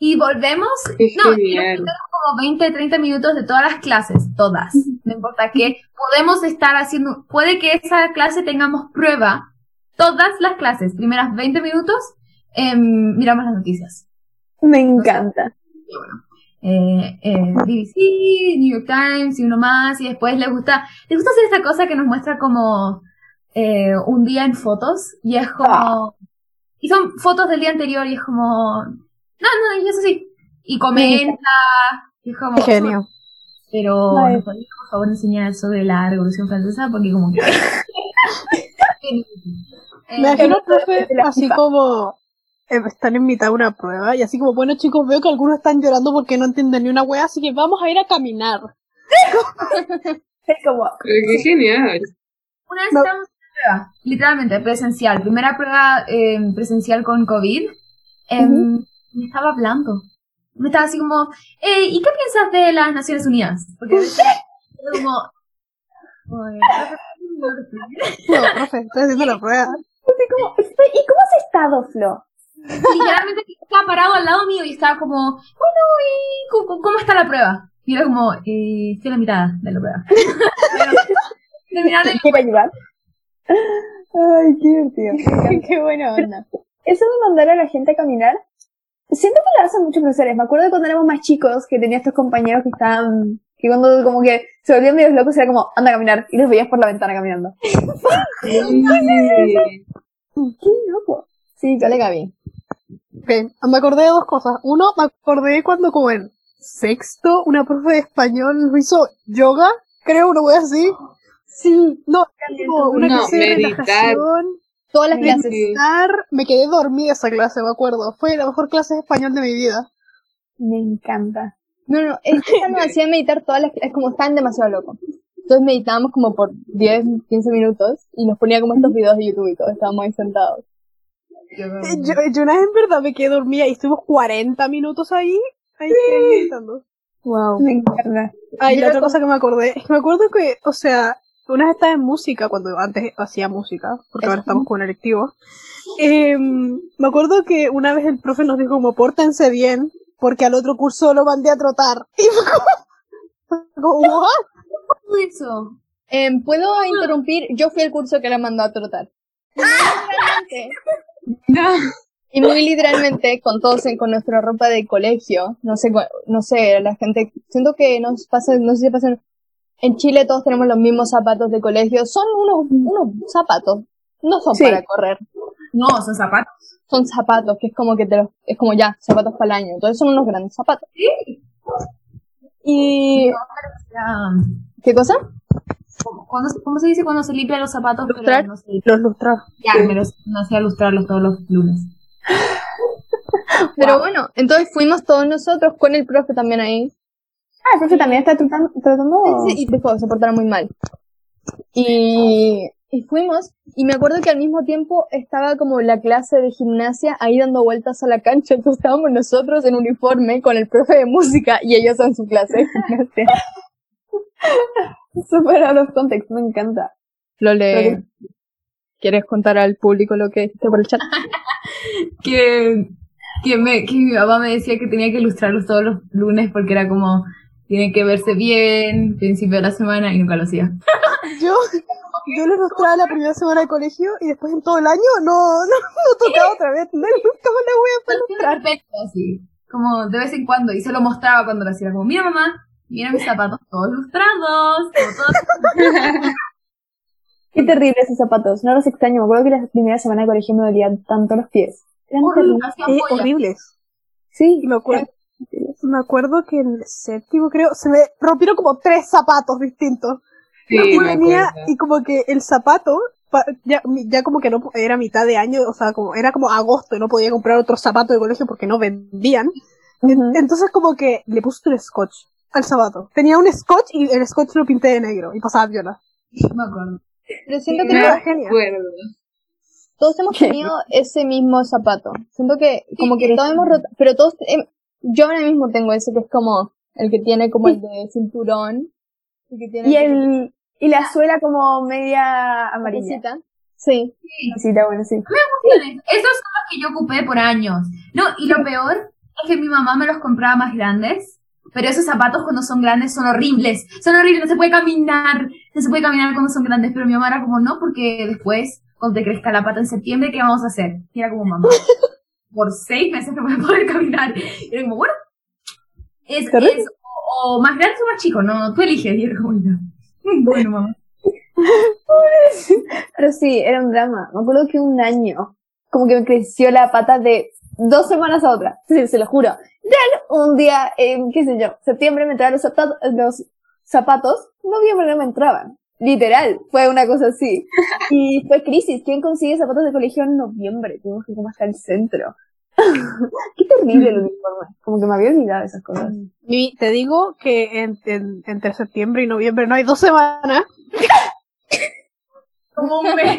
S7: Y volvemos,
S4: Qué
S7: no, y nos
S4: genial.
S7: quedamos como 20, 30 minutos de todas las clases, todas, no importa qué, podemos estar haciendo, puede que esa clase tengamos prueba, todas las clases, primeras 20 minutos, em, miramos las noticias.
S3: Me encanta.
S7: Eh, eh, BBC, New York Times y uno más, y después le gusta, le gusta hacer esta cosa que nos muestra como eh, un día en fotos, y es
S5: Ah.
S7: como, y son fotos del día anterior, y es como, no, no, y eso sí, y comenta, y es como,
S5: Qué genio.
S7: pero
S3: Vale.
S7: ¿nos podrías, por favor enseñar sobre la Revolución Francesa? Porque como que...
S5: Me
S7: Eh,
S5: imagino, profe,
S3: de la
S5: así
S3: FIFA.
S5: como eh, están en mitad de una prueba y así como, bueno chicos, veo que algunos están llorando porque no entienden ni una wea, así que vamos a ir a caminar.
S3: Take a walk.
S4: Pero qué genial.
S7: Una vez
S5: No.
S7: estábamos en una prueba, literalmente, presencial. Primera prueba eh, presencial con COVID. Em, Me estaba hablando. Me estaba así como, "Eh, ¿y qué piensas de las Naciones Unidas? Porque era como... "Oye, no te explico".
S5: No, profe, estoy haciendo la prueba.
S3: Así como, "Fe- ¿y cómo has estado, Flo?
S7: literalmente estaba parado al lado mío y estaba como, bueno, ¿y cu- cu- cómo, está la prueba? Y era como, eh, estoy a la mitad de la prueba. Pero, de mirar el-
S3: ¿Quiere ayudar? Ay, qué divertido.
S1: Qué buena onda.
S3: Eso de mandar a la gente a caminar, siento que le hace muchos placeres. Me acuerdo de cuando éramos más chicos, que tenía estos compañeros que estaban, que cuando como que se volvían medios locos, era como, anda a caminar, y los veías por la ventana caminando.
S4: Sí.
S3: Qué loco. Sí,
S1: Dale,
S3: le
S1: Gaby.
S5: Ok, me acordé de dos cosas. Uno, me acordé cuando como en sexto, una profe de español hizo yoga, creo, una wea así. Sí, no, como una
S4: No,
S5: clase de
S4: meditar.
S5: relajación.
S1: Todas las
S4: Sí.
S1: clases.
S5: meditar. Me quedé dormida esa clase, me acuerdo. Fue la mejor clase de español de mi vida.
S3: Me encanta.
S1: No, no, es que esta nos hacía meditar todas las es como estaban demasiado locos. Entonces meditábamos como por 10, 15 minutos y nos ponía como estos videos de YouTube y todos estábamos ahí sentados. Ah.
S5: Eh, Yo, yo una vez en verdad me quedé dormida y estuvimos 40 minutos ahí. Ahí ahí meditando.
S1: Wow.
S3: Me encanta.
S5: Ay,
S3: Yo
S5: la
S3: me
S5: otra cosa que me acordé, es que me acuerdo que, o sea, una vez estaba en música, cuando antes hacía música, porque ahora estamos con electivo, em, me acuerdo que una vez el profe nos dijo como, pórtense bien, porque al otro curso lo mandé a trotar. Y fue como, como, "What?".
S7: ¿Cómo eso?
S1: Em, ¿Puedo interrumpir? Yo fui el curso que la mandó a trotar. Y muy literalmente-
S4: No.
S1: Y muy literalmente, con todos, en- con nuestra ropa de colegio, no sé, cu- no sé, la gente, siento que nos pasa, no sé si pasa en- en Chile todos tenemos los mismos zapatos de colegio, son unos, unos zapatos, no son
S3: Sí.
S1: para correr.
S7: No, son zapatos.
S1: son zapatos, que es como que te los, es como ya, zapatos para el año. Entonces son unos grandes zapatos. Y,
S7: Ya,
S1: ¿qué cosa?
S7: ¿cómo, cuándo se- cómo se dice cuando se limpian los zapatos?
S1: Lustrar.
S7: Pero no se
S5: Los lustrados.
S7: limpian, me los, no sé lustrarlos todos los lunes.
S1: Pero bueno, entonces fuimos todos nosotros con el profe también ahí.
S3: Ah, el profe también está tratando.
S1: Oh.
S3: tratando...
S10: Sí, y después se portaron muy mal. Y, y fuimos, y me acuerdo que al mismo tiempo estaba como la clase de gimnasia ahí dando vueltas a la cancha, entonces estábamos nosotros en uniforme con el profe de música y ellos en su clase de gimnasia.
S3: Súper a los contextos, me encanta.
S10: Lole, ¿quieres contar al público lo que dijiste por el chat?
S7: que, que, me, que mi papá me decía que tenía que ilustrarlos todos los lunes porque era como, tiene que verse bien, principio de la semana, y nunca lo hacía.
S5: Yo, yo lo ilustraba la primera semana de colegio y después en todo el año no, no, no tocaba otra vez. No, nunca más la voy a poner.
S7: Perfecto, así. Como de vez en cuando, y se lo mostraba cuando lo hacía, como, mira mamá, mira mis zapatos todos lustrados, como todos.
S3: Qué terribles esos zapatos. No los extraño. Me acuerdo que la primera semana de colegio me dolían tanto los pies. Eran
S7: Horrible,
S3: terribles.
S7: hacía
S5: Eh,
S7: polla.
S5: horribles.
S3: Sí.
S5: Y me acuerdo, me acuerdo que en el séptimo, creo, se me rompieron como tres zapatos distintos.
S4: Sí,
S5: Uno
S4: me
S5: tenía-
S4: acuerdo.
S5: y como que el zapato, pa- ya, ya como que no po- era mitad de año, o sea, como era como agosto y no podía comprar otro zapato de colegio porque no vendían.
S3: Ujú.
S5: Entonces como que le puse un scotch al zapato. Tenía un scotch y el scotch lo pinté de negro y pasaba viola.
S7: me acuerdo.
S10: Pero siento que
S4: Me
S5: Era genial.
S4: acuerdo.
S10: todos hemos tenido ese mismo zapato. Siento que como que todos hemos rotado, pero todos, hem- yo ahora mismo tengo ese que es como el que tiene como el de cinturón. Y, que tiene
S3: Y
S10: como
S3: el y la suela como media
S10: la
S3: amarilla.
S10: cosita. Ah. Sí.
S3: Amarillita, bueno, sí.
S7: Esos son los que yo ocupé por años. No, y lo peor es que mi mamá me los compraba más grandes, pero esos zapatos cuando son grandes son horribles. Son horribles, no se puede caminar, no se puede caminar cuando son grandes, pero mi mamá era como, no, porque después, cuando te crezca la pata en septiembre, ¿qué vamos a hacer? Y era como, mamá, por seis meses no voy a poder caminar. Y era como, bueno, es, es o, o más grande o más chico, no, tú eliges. Y era como, "No". bueno, mamá.
S3: Pero sí, era un drama. Me acuerdo que un año, como que me creció la pata de dos semanas a otra. Sí, se lo juro. Then, un día, eh, qué sé yo, septiembre me entraban los zapatos, los zapatos, noviembre no me entraban. Literal, fue una cosa así. Y fue crisis. ¿Quién consigue zapatos de colegio en noviembre? Tuvimos que ir como hasta el centro. qué terrible el uniforme. Como que me había olvidado esas cosas.
S5: Y te digo que en- en- entre septiembre y noviembre no hay dos semanas.
S7: Como un mes.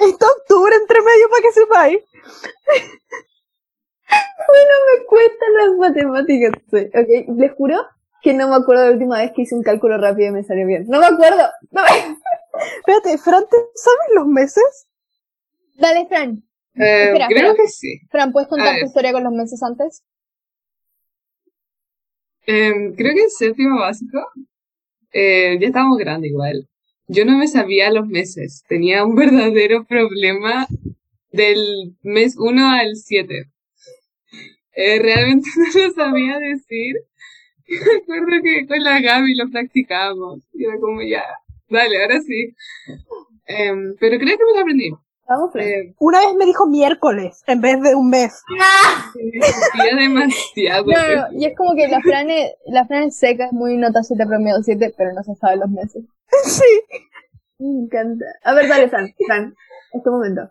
S5: Está octubre entre medio para que sepáis.
S3: me cuestan las matemáticas. sí. Ok, les juro que no me acuerdo de la última vez que hice un cálculo rápido y me salió bien. No me acuerdo. No me-
S5: Espérate, Fran, ¿te ¿sabes los meses?
S10: Dale, Fran.
S4: Eh,
S10: Espera,
S4: creo
S10: espera.
S4: que sí.
S10: Fran, ¿puedes
S4: A
S10: contar
S4: ver.
S10: tu historia con los meses antes?
S4: Em, creo que en séptimo básico eh, ya estábamos grandes igual. Yo no me sabía los meses. Tenía un verdadero problema del mes 1 al 7. realmente no lo sabía decir. Me acuerdo que con la Gaby lo practicábamos. Y era como ya, dale, ahora sí. Em, pero creo que me lo aprendí.
S3: Vamos, Fran.
S4: Eh,
S5: Una vez me dijo miércoles en vez de un mes.
S4: sabía demasiado. eh.
S10: No, no, no. Y es como que la Fran es, la Fran es seca, es muy nota 7 promedio 7, pero no se sabe los meses.
S5: Sí.
S3: Me encanta. A ver, dale, Fran. Fran, este momento.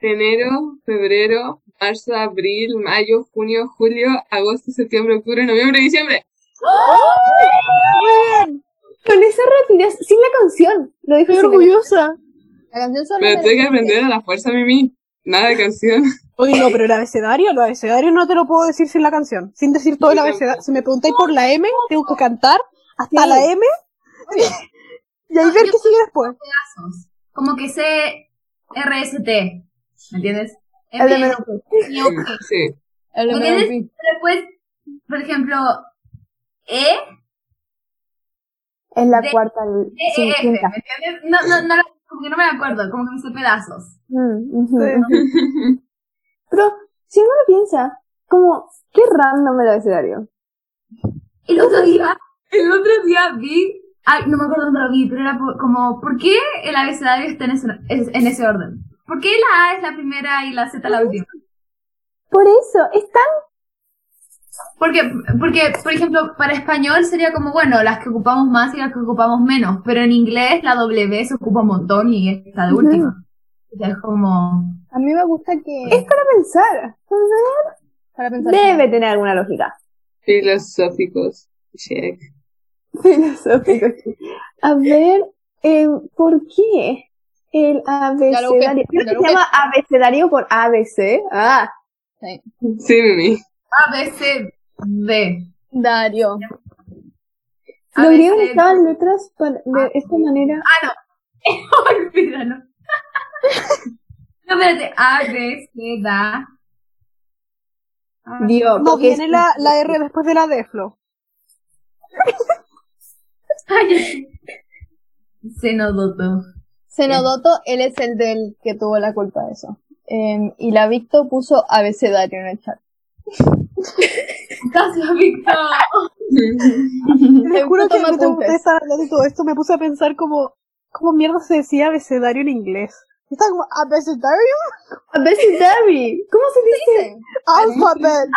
S4: Enero, febrero, marzo, abril, mayo, junio, julio, agosto, septiembre, octubre, noviembre, diciembre.
S3: Con esa rapidez, sin la canción. Lo dijo
S5: Estoy
S3: sin la
S5: orgullosa.
S10: La canción solo
S4: Me lo
S10: me
S4: tengo que
S10: la-
S4: aprender a la fuerza, Mimi. Nada de canción.
S5: Oye, no, pero el abecedario, el abecedario no te lo puedo decir sin la canción. Sin decir todo el
S4: Sí,
S5: abecedario.
S4: tampoco.
S5: Si me preguntáis por la M, tengo que cantar hasta la M. y ahí ver qué sigue después.
S7: pedazos. Como que sé RST, ¿me entiendes?
S3: LMNOP.
S7: MNOP.
S4: Sí.
S10: el
S7: ¿Me
S10: MNOP.
S7: entiendes? Después, por ejemplo, E,
S3: Es la
S7: De-
S3: cuarta. el-
S7: E,
S3: sí,
S7: E, F, ¿me
S3: quinta.
S7: entiendes? No, no, no, la- como que no me acuerdo, como que me sé pedazos.
S3: Mm, ujú, ujú. Pero, si uno lo piensa, como, qué random el abecedario.
S7: El otro día, el otro día vi, ay, no me acuerdo dónde lo vi, pero era por- como, ¿por qué el abecedario está en ese, es- en ese orden? ¿Por qué la A es la primera y la Z la última?
S3: Por eso, es tan...
S7: Porque, porque, por ejemplo, para español sería como, bueno, las que ocupamos más y las que ocupamos menos, pero en inglés la W se ocupa un montón y está de última. O sea, es como...
S10: A mí me gusta que...
S3: Es para pensar.
S10: Para pensar.
S3: Debe tener alguna lógica.
S4: Filosóficos. Check.
S3: Filosóficos. A ver, eh, ¿por qué? El
S10: Ya lo busqué,
S3: abecedario. Creo
S10: ya
S3: que
S10: lo
S3: se llama abecedario por ABC. Ah,
S4: Sí, Mimi.
S7: A, B, C, D.
S10: Dario.
S7: A,
S3: los
S7: B,
S3: griegos
S7: C,
S3: usaban letras para- de
S7: Ah.
S3: esta manera.
S7: Olvídalo. No, espérate. A, B, C, da.
S3: Dios,
S5: No
S3: porque es-
S5: viene la, la R después de la D, Flo.
S7: Cenodoto.
S10: Cenodoto, él es el del que tuvo la culpa de eso. Em, y la Victo puso abecedario en el chat.
S7: Gracias, Víctor.
S5: Les juro que
S10: toma
S5: mientras
S10: apuntes.
S5: ustedes estaban hablando de todo esto, me puse a pensar como, ¿cómo mierda se decía abecedario en inglés? Y Estaba como, ¿abecedario?
S3: Abecedario. ¿Cómo se dice?
S5: Alphabet.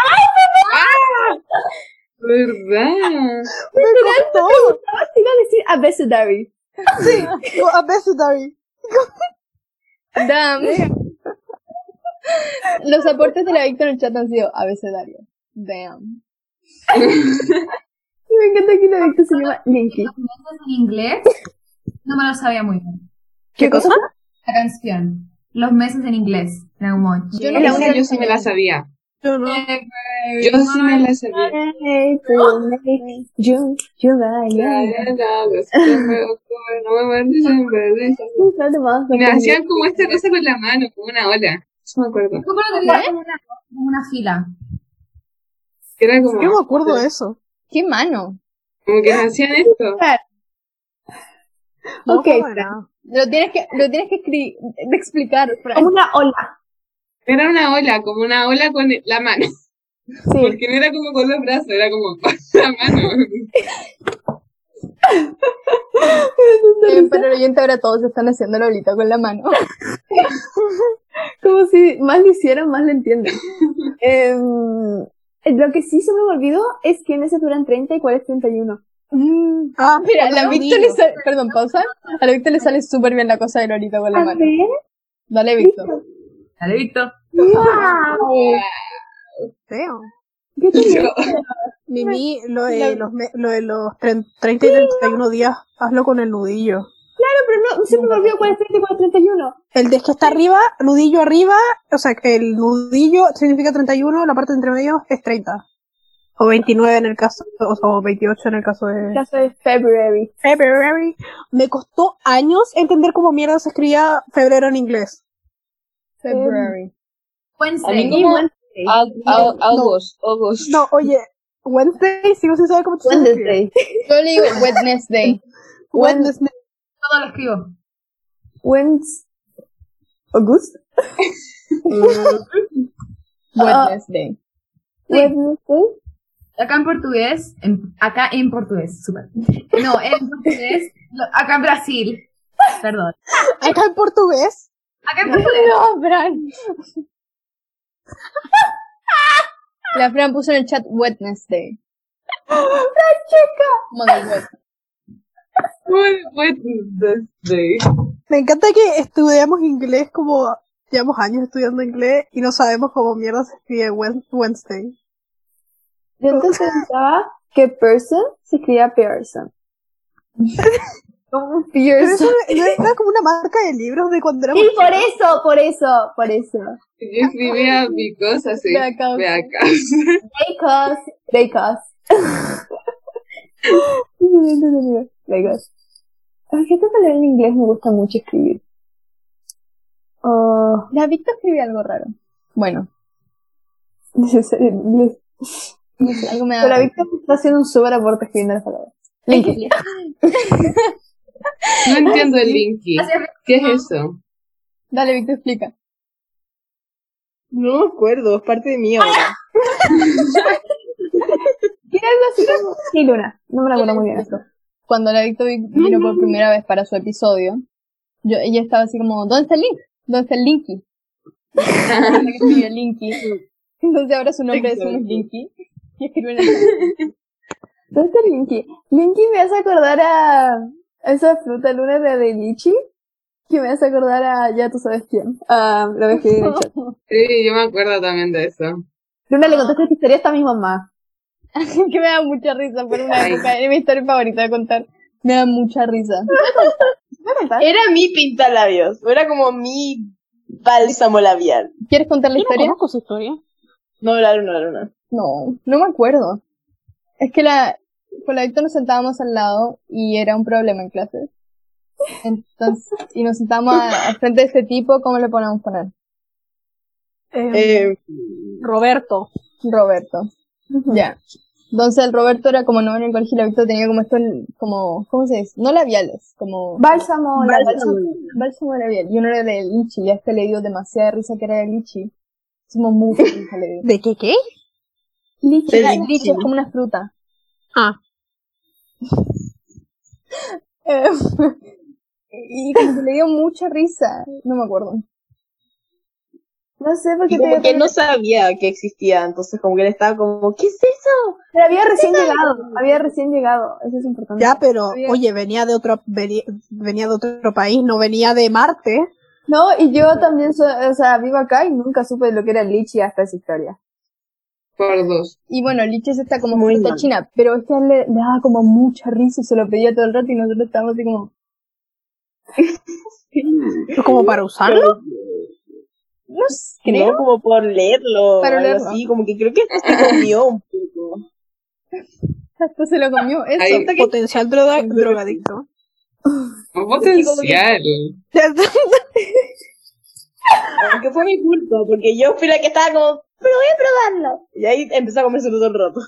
S4: ¿Verdad?
S5: Me costó.
S3: Ah, te iba a decir abecedario.
S5: Sí, como abecedario.
S10: Damn. Los aportes de la Victo en el chat han sido abecedario. Damn.
S3: Y me encanta que la Victor se llama Linky.
S7: en inglés no me lo sabía muy bien.
S5: ¿Qué cosa?
S7: La canción. Los meses en inglés. En algún momento.
S10: Yo
S4: Es la única
S10: puse
S4: yo sí me la sabía.
S5: Yo no.
S4: Yo sí me la sabía.
S3: April, May, June, July, August.
S4: Ay, no, septiembre, octubre, noviembre, diciembre, diciembre.
S3: These are the months
S4: Y
S3: of
S4: me
S3: the year.
S4: hacían como esta cosa con la mano, como una ola. Eso me acuerdo.
S7: Yo creo que era como una, como una fila.
S4: Que era
S5: Yo me
S4: como,
S5: acuerdo de eso.
S10: ¿Qué mano?
S4: como que me hacían esto.
S5: No me
S3: Ok,
S5: acuerdo de nada.
S10: Lo tienes que, lo tienes que escri- de explicar, Fran.
S3: Como una ola.
S4: Era una ola, como una ola con la mano.
S3: Sí.
S4: Porque no era como con los brazos, era como con la mano.
S10: Eh, para el oyente ahora todos están haciendo Lolita con la mano.
S3: Como si más lo hicieran, más lo entienden. Em, lo que sí se me olvidó es quiénes se duran 30 y cuáles 31.
S5: Ah,
S10: Mira, a la
S5: cuando era un
S10: Victo
S5: niño.
S10: le sale, perdón, pausa. A la Victo le sale súper bien la cosa de Lolita con la
S3: A
S10: mano.
S3: ver.
S10: Dale, Victo.
S7: Dale, Víctor.
S3: ¡Wow!
S5: Feo.
S3: ¿Qué te
S4: Yo,
S5: Mimi, lo de los, me- lo de los tre- 30 y 31 días, hazlo con el nudillo.
S3: pero no, se me olvidó cuál es 30 y cuál es 31.
S5: El de que está arriba, nudillo arriba, o sea, que el nudillo significa 31, la parte de entre medio es 30. O 29 en el caso, o, sea, o 28 en el caso
S3: El
S5: de
S3: caso de February.
S5: February. Me costó años entender cómo mierda se escribía febrero en inglés.
S3: Em,
S10: February.
S4: a mí
S7: Wednesday.
S4: como au- au- August, August.
S5: No, oye, Wednesday, sigo sin saber cómo se escribe.
S3: Wednesday.
S10: Yo le digo Wednesday.
S5: Wednesday.
S7: Todo lo escribo.
S3: Wednesday. August.
S10: Wednesday.
S3: Wednesday.
S7: Acá en portugués. en- acá en portugués. Súper. No, en portugués. no, acá en Brasil. Perdón.
S5: Acá en portugués.
S7: Acá en portugués.
S10: No, Fran. La Fran puso en el chat Wednesday. La chica.
S4: What- what is this day?
S5: Me encanta que estudiamos inglés como llevamos años estudiando inglés y no sabemos cómo mierda se escribe Wed- Wednesday.
S3: Yo antes pensaba que person se escribía Pearson. Como
S5: Pero eso
S3: Pearson.
S5: no era como una marca de libros de cuando éramos
S3: Sí, por eso, por eso, por eso.
S4: Yo escribía mi cosa así.
S10: La causa.
S4: Ve acá.
S3: Because, because. Because. Ay, esta palabra en inglés me gusta mucho escribir. Oh,
S10: La Victo escribió algo raro. Bueno,
S3: necesariamente.
S10: algo me da.
S3: Pero la Victoria está haciendo un súper aporte escribiendo las palabras. Linky.
S4: No entiendo el linky. ¿Qué es eso?
S10: Dale, Victo, explica.
S5: No me acuerdo, es parte de mí ahora.
S3: Tiene algo así como... Sí, Luna. No me la acuerdo muy bien eso.
S10: Cuando la Victo vi- vino por primera vez para su episodio, yo, ella estaba así como, ¿dónde está el link? ¿Dónde está el linky? Hasta que escribió linky. Entonces ahora su nombre es un linky. Y escribió en el chat.
S3: ¿Dónde está Linky? Linky me hace acordar a a esa fruta luna de, de Lichi. Que me hace acordar a, ya tú sabes quién. A la vez que vi en el chat.
S4: Sí, yo me acuerdo también de eso.
S3: Luna le contaste esta historia hasta a mi mamá.
S1: que me da mucha risa por una
S4: Ay.
S1: época. Era mi historia favorita de contar. Me da mucha risa.
S6: Era mi pintalabios, era como mi bálsamo labial.
S1: ¿Quieres contar la
S9: Yo no
S1: historia?
S9: conozco su historia.
S6: No, la luna, la luna.
S1: No, no me acuerdo. Es que la, con la Víctor nos sentábamos al lado y era un problema en clases. Entonces, y nos sentábamos a- al frente de este tipo, ¿cómo le ponemos poner?
S5: Eh,
S6: Eh,
S5: Roberto.
S1: Roberto. Ya. Entonces el Roberto era como no en el colegio y la Víctor tenía como esto, como, ¿cómo se dice? No labiales, como...
S3: Bálsamo, la
S1: Bálsamo, bálsamo labial. Y uno era de lichi, y a este le dio demasiada risa que era de lichi. Somos muy risa le dio.
S5: ¿De qué qué?
S1: Lichi,
S6: De
S1: la-
S6: lichi.
S1: lichi es como una fruta.
S5: Ah.
S1: Eh, y como que le dio mucha risa. No me acuerdo.
S3: No sé por qué
S6: y
S3: te
S6: como que no sabía que existía, entonces como que él estaba como, ¿qué es eso?
S3: Pero había recién llegado, había recién llegado, eso es importante.
S5: Ya, pero,
S1: Bien.
S5: oye, venía de otro, veni- venía de otro país, no venía de Marte.
S3: No, y yo también, soy- o sea, vivo acá y nunca supe lo que era el lichi hasta esa historia.
S4: Por dos.
S1: Y bueno, Liches está como
S5: Muy
S1: fruta
S5: mal.
S1: china, pero es que a él le, le daba como mucha risa y se lo pedía todo el rato y nosotros estábamos así como,
S5: ¿Es como para usarlo?
S1: no sé, creo.
S6: No, como por leerlo,
S1: Para
S6: algo
S1: leerlo.
S6: así, como que creo que se comió un poco.
S1: Hasta se lo comió, eso.
S4: Ahí.
S5: Potencial droga- drogadicto.
S4: Un potencial.
S6: Aunque fue mi culpa, porque yo fui la que estaba como, pero voy a probarlo. Y ahí empezó a comerse todo el rato.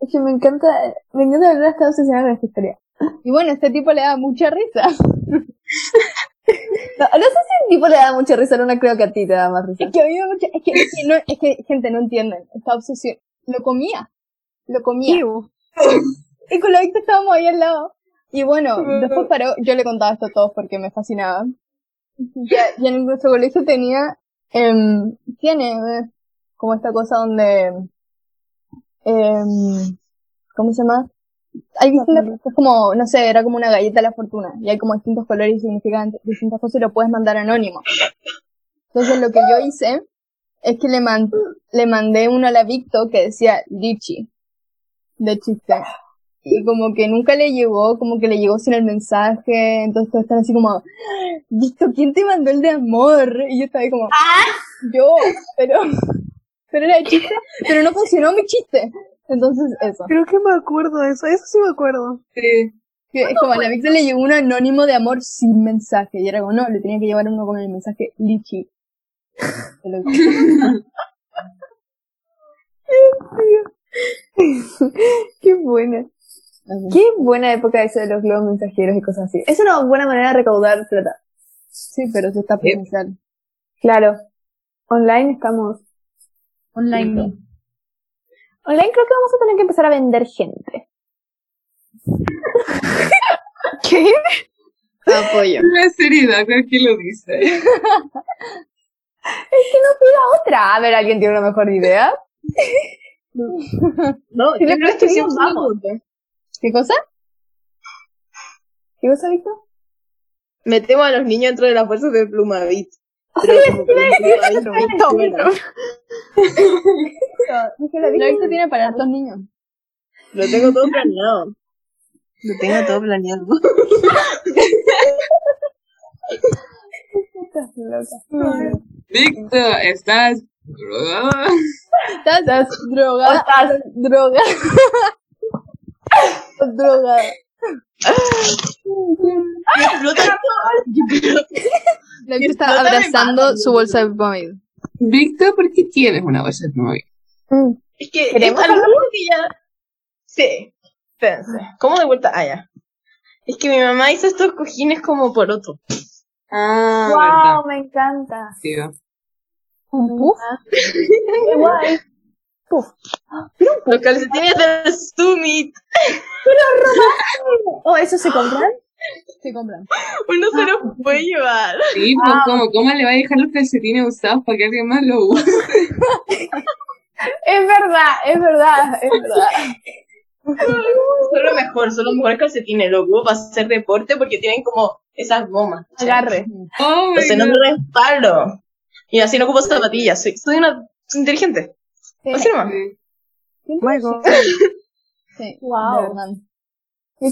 S3: Es que me encanta, me encanta haber estado obsesionada con esta historia.
S1: Y bueno, este tipo le daba mucha risa.
S3: No, no sé si el tipo le da mucha risa, no creo que a ti te da más risa.
S1: Es que a mí me da mucha, es que, es que no, es que, gente, no entienden, esta obsesión. Lo comía, lo comía. Y con la Victa estábamos ahí al lado. Y bueno, después paró, yo le contaba esto a todos porque me fascinaba. Ya- Y, en nuestro colegio tenía, em, tiene eh, como esta cosa donde, em, ¿cómo se llama? Hay distintas, es como, no sé, era como una galleta de la fortuna. Y hay como distintos colores y significan distintas cosas y lo puedes mandar anónimo. Entonces lo que yo hice es que le, man- le mandé uno a la Victo que decía Lichi. De chiste. Y como que nunca le llegó, como que le llegó sin el mensaje. Entonces todos están así como, "Ah, Victo, ¿quién te mandó el de amor? Y yo estaba ahí como, yo, pero, pero era de chiste, pero no funcionó mi chiste. Entonces eso.
S5: Creo que me acuerdo de eso, eso sí me acuerdo.
S4: Sí.
S1: Que es como a la Victor le llegó un anónimo de amor sin mensaje. Y era como, no, le tenía que llevar uno con el mensaje lichi. Se lo-
S3: Qué buena. Qué buena época eso de los globos mensajeros y cosas así. Es una buena manera de recaudar plata.
S1: Sí, pero eso está presencial.
S3: Claro. Online estamos.
S7: Online.
S3: Online creo que vamos a tener que empezar a vender gente.
S6: Apoyo.
S4: La seriedad con que lo dice.
S3: Otra, a ver, ¿alguien tiene una mejor idea?
S6: No, yo creo que hicimos una pregunta.
S1: ¿Qué cosa?
S3: ¿Qué cosa, Víctor?
S6: Metemos a los niños dentro de las fuerzas de Plumavit. Pero como que Plumavit no funciona.
S1: La Victor tiene para dos niños.
S6: Lo tengo todo planeado. Lo tengo todo planeado.
S4: Víctor, estás. drogada?
S1: Estás, drogada. droga. droga.
S6: Explota la
S1: La Victor está
S6: Explótame
S1: abrazando
S6: más.
S1: su bolsa de pomade.
S4: Víctor, ¿por qué tienes una bolsa de móvil?
S6: Es que es algo que ya. Sí. Espérense. ¿Cómo de vuelta? Ah, ya. Es que mi mamá hizo estos cojines como por otro.
S4: Ah,
S3: ¡Wow! Me encanta.
S4: verdad. tío.
S3: Qué guay.
S6: Los calcetines del Summit.
S3: Oh, ¿eso se compran?
S1: Se compran.
S6: Uno se los puede llevar.
S4: Sí, pues ¿cómo, ¿cómo le va a dejar los calcetines usados para que alguien más los use?
S3: Es verdad, es verdad, es verdad.
S6: Son lo mejor, son los mejores calcetines. Los ocupo para hacer deporte porque tienen como esas gomas. ¿cachai?
S3: Agarre.
S4: Oh my
S6: Entonces no
S4: God.
S6: me respaldo. Y así no ocupo zapatillas. Soy, soy una soy inteligente. Así nomás.
S4: Sí.
S5: Luego,
S1: Sí,
S11: Wow.
S1: de verdad.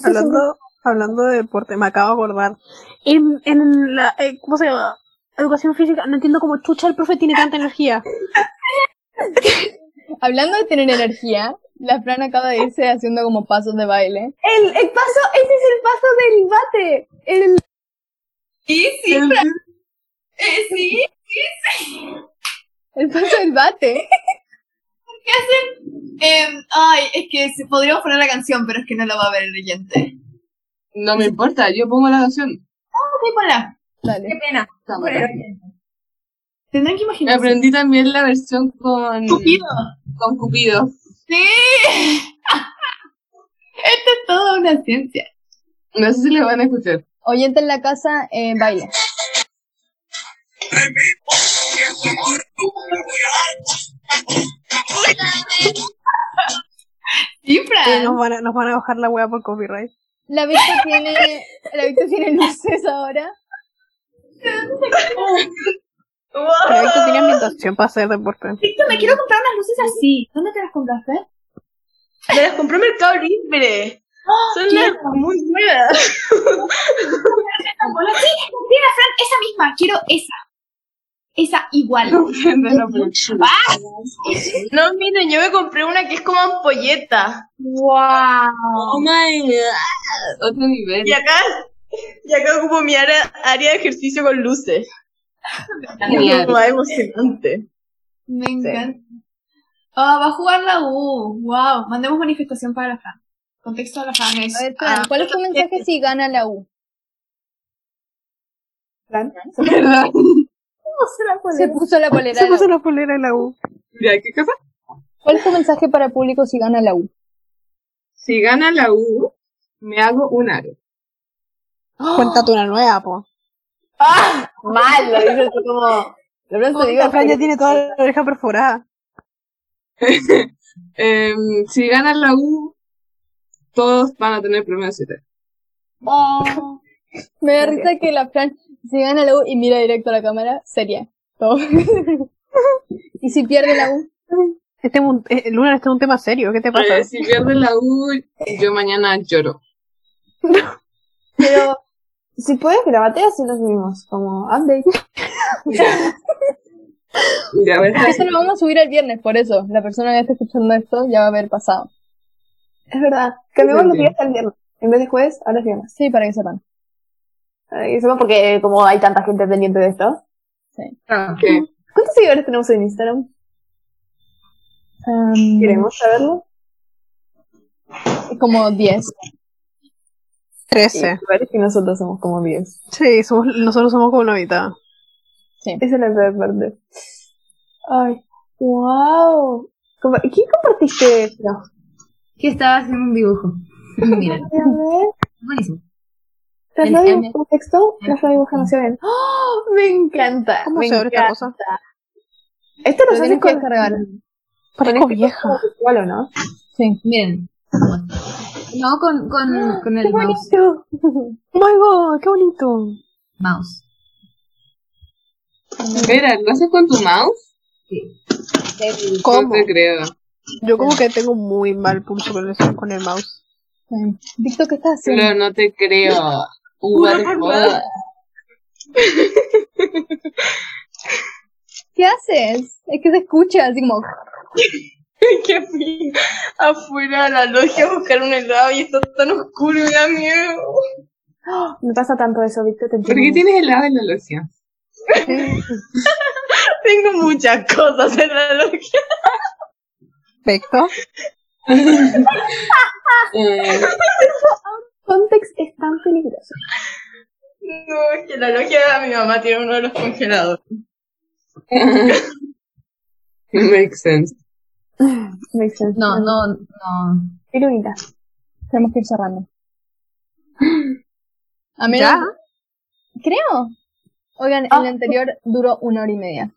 S5: hablando, hablando de deporte, me acabo de acordar. En, en la, eh, ¿cómo se llama? Educación física, no entiendo cómo chucha el profe tiene tanta energía.
S1: Hablando de tener energía, la Fran acaba de irse haciendo como pasos de baile.
S3: El, el paso, ese es el paso del bate. El,
S6: Sí, sí, Fran. Eh, sí,
S1: El paso del bate.
S6: ¿qué hacen? Eh, ay, es que se- podríamos poner la canción, pero es que no la va a ver el oyente.
S4: No me importa, yo pongo la canción.
S6: Ok, ponla.
S1: Dale.
S7: pena.
S4: Está
S7: Bueno,
S4: bueno.
S6: Tendrán que
S4: Me
S6: imaginarse.
S4: aprendí también la versión con
S6: Cupido.
S4: Con Cupido.
S6: Sí. Esto es toda una ciencia.
S4: No sé si la van a escuchar.
S1: Oyente en la casa, eh, baila.
S6: Sí,
S5: Eh,
S6: Fran.
S5: nos, van a, nos van a bajar la wea por copyright.
S1: La Victa tiene, la Victa tiene luces ahora.
S5: Pero Víctor tiene ambientación para hacer deporte.
S7: Víctor, me quiero comprar unas luces así. ¿Dónde te las compraste?
S6: Me las compró Mercado Libre. Son las muy nuevas.
S7: Esas bolas. Sí, mira, Fran, esa misma. Quiero esa. Esa igual.
S4: No entiendo la producción.
S6: No, miren, yo me compré una que es como ampolleta.
S7: ¡Wow!
S4: Oh my god. Otro nivel.
S6: Y acá, y acá ocupo mi área, área de ejercicio con luces.
S4: Genial.
S6: Más emocionante.
S7: Me encanta. Ah, va a jugar la U. ¡Wow! Mandemos manifestación para la Fran. Contexto a la Fran es.
S1: A ver, Fran,
S7: ah,
S1: ¿cuál es tu mensaje si gana la U?
S4: ¿Verdad?
S1: Se puso la polera.
S5: Se
S1: de la
S5: puso
S1: U.
S5: la polera en la U.
S4: Mira, ¿qué cosa?
S1: ¿Cuál es tu mensaje para el público si gana la U?
S4: Si gana la U, me hago un aro.
S5: Cuéntate una nueva, po.
S11: Mal, lo dices así como. Lo menos te digo.
S5: La Fran ya tiene toda la oreja perforada.
S4: Em, si gana la U, todos van a tener premio 7.
S1: Me da risa que la Fran si gana la U y mira directo a la cámara, sería. Todo. y si pierde la U,
S5: Este es un, eh, Luna, este es un tema serio. ¿Qué te pasa?
S4: Eh, si pierde la U, yo mañana lloro.
S3: pero, si puedes, grabate así los mismos, como
S11: ah,
S3: update.
S4: Ya ves.
S1: eso lo vamos a subir el viernes, por eso. La persona que está escuchando esto ya va a haber pasado.
S3: Es verdad. Cambiamos los
S4: Sí.
S3: días al viernes. En vez de jueves, ahora es viernes.
S1: Sí, para que sepan.
S3: Eh, Y eso porque, eh, como hay tanta gente pendiente de esto.
S4: que
S3: ¿Cuántos seguidores tenemos en Instagram? ¿Queremos saberlo?
S1: Como 10.
S5: 13.
S3: Parece que nosotros somos como 10.
S5: Sí, somos, nosotros somos como la mitad.
S3: Esa es la peor parte. Ay, wow. Compa- ¿Quién compartiste esto?
S7: que estaba haciendo un dibujo. Miren,
S3: A ver.
S7: buenísimo.
S3: Las
S7: El
S3: labios
S7: M.
S3: con texto, las labios dibujan demasiado bien. ¡Oh! Me encanta.
S5: ¿Cómo
S3: me
S5: se abre esta
S3: encanta.
S5: cosa?
S3: Esto
S1: Lo
S3: nos hace
S1: tienes que
S3: con
S1: descargar.
S5: Parezco vieja.
S3: igual o no.
S1: Sí. Ah,
S7: Miren. No con, con, con el mouse.
S5: ¡Bonito! ¡Oh my god! ¡Qué bonito!
S7: mouse.
S4: Espera, ¿lo haces con tu mouse?
S5: ¿Cómo?
S4: No te creo.
S5: Yo como que tengo muy mal pulso con el, con el mouse.
S1: Víctor, ¿qué estás haciendo?
S4: Pero no te creo. Uva de moda.
S1: ¿Qué haces? Es que se escucha así
S3: ¡Oh!
S1: como.
S6: que fui afuera a la logia a buscar un helado y está tan oscuro y da miedo.
S3: Me pasa tanto eso, Víctor. Te
S4: ¿Por qué
S3: entiendo.
S4: tienes helado en la logia?
S6: Tengo muchas cosas en la logia.
S5: Perfecto.
S4: Eh,
S3: Context es tan peligroso.
S6: No, es que la logia de mi mamá tiene uno de los congelados.
S4: makes sense.
S3: Me excelente.
S7: No, no, no.
S3: Pirulita.
S1: Tenemos que ir cerrando. A menos.
S5: ¿Ya?
S1: Creo. Oigan, el anterior duró una hora y media.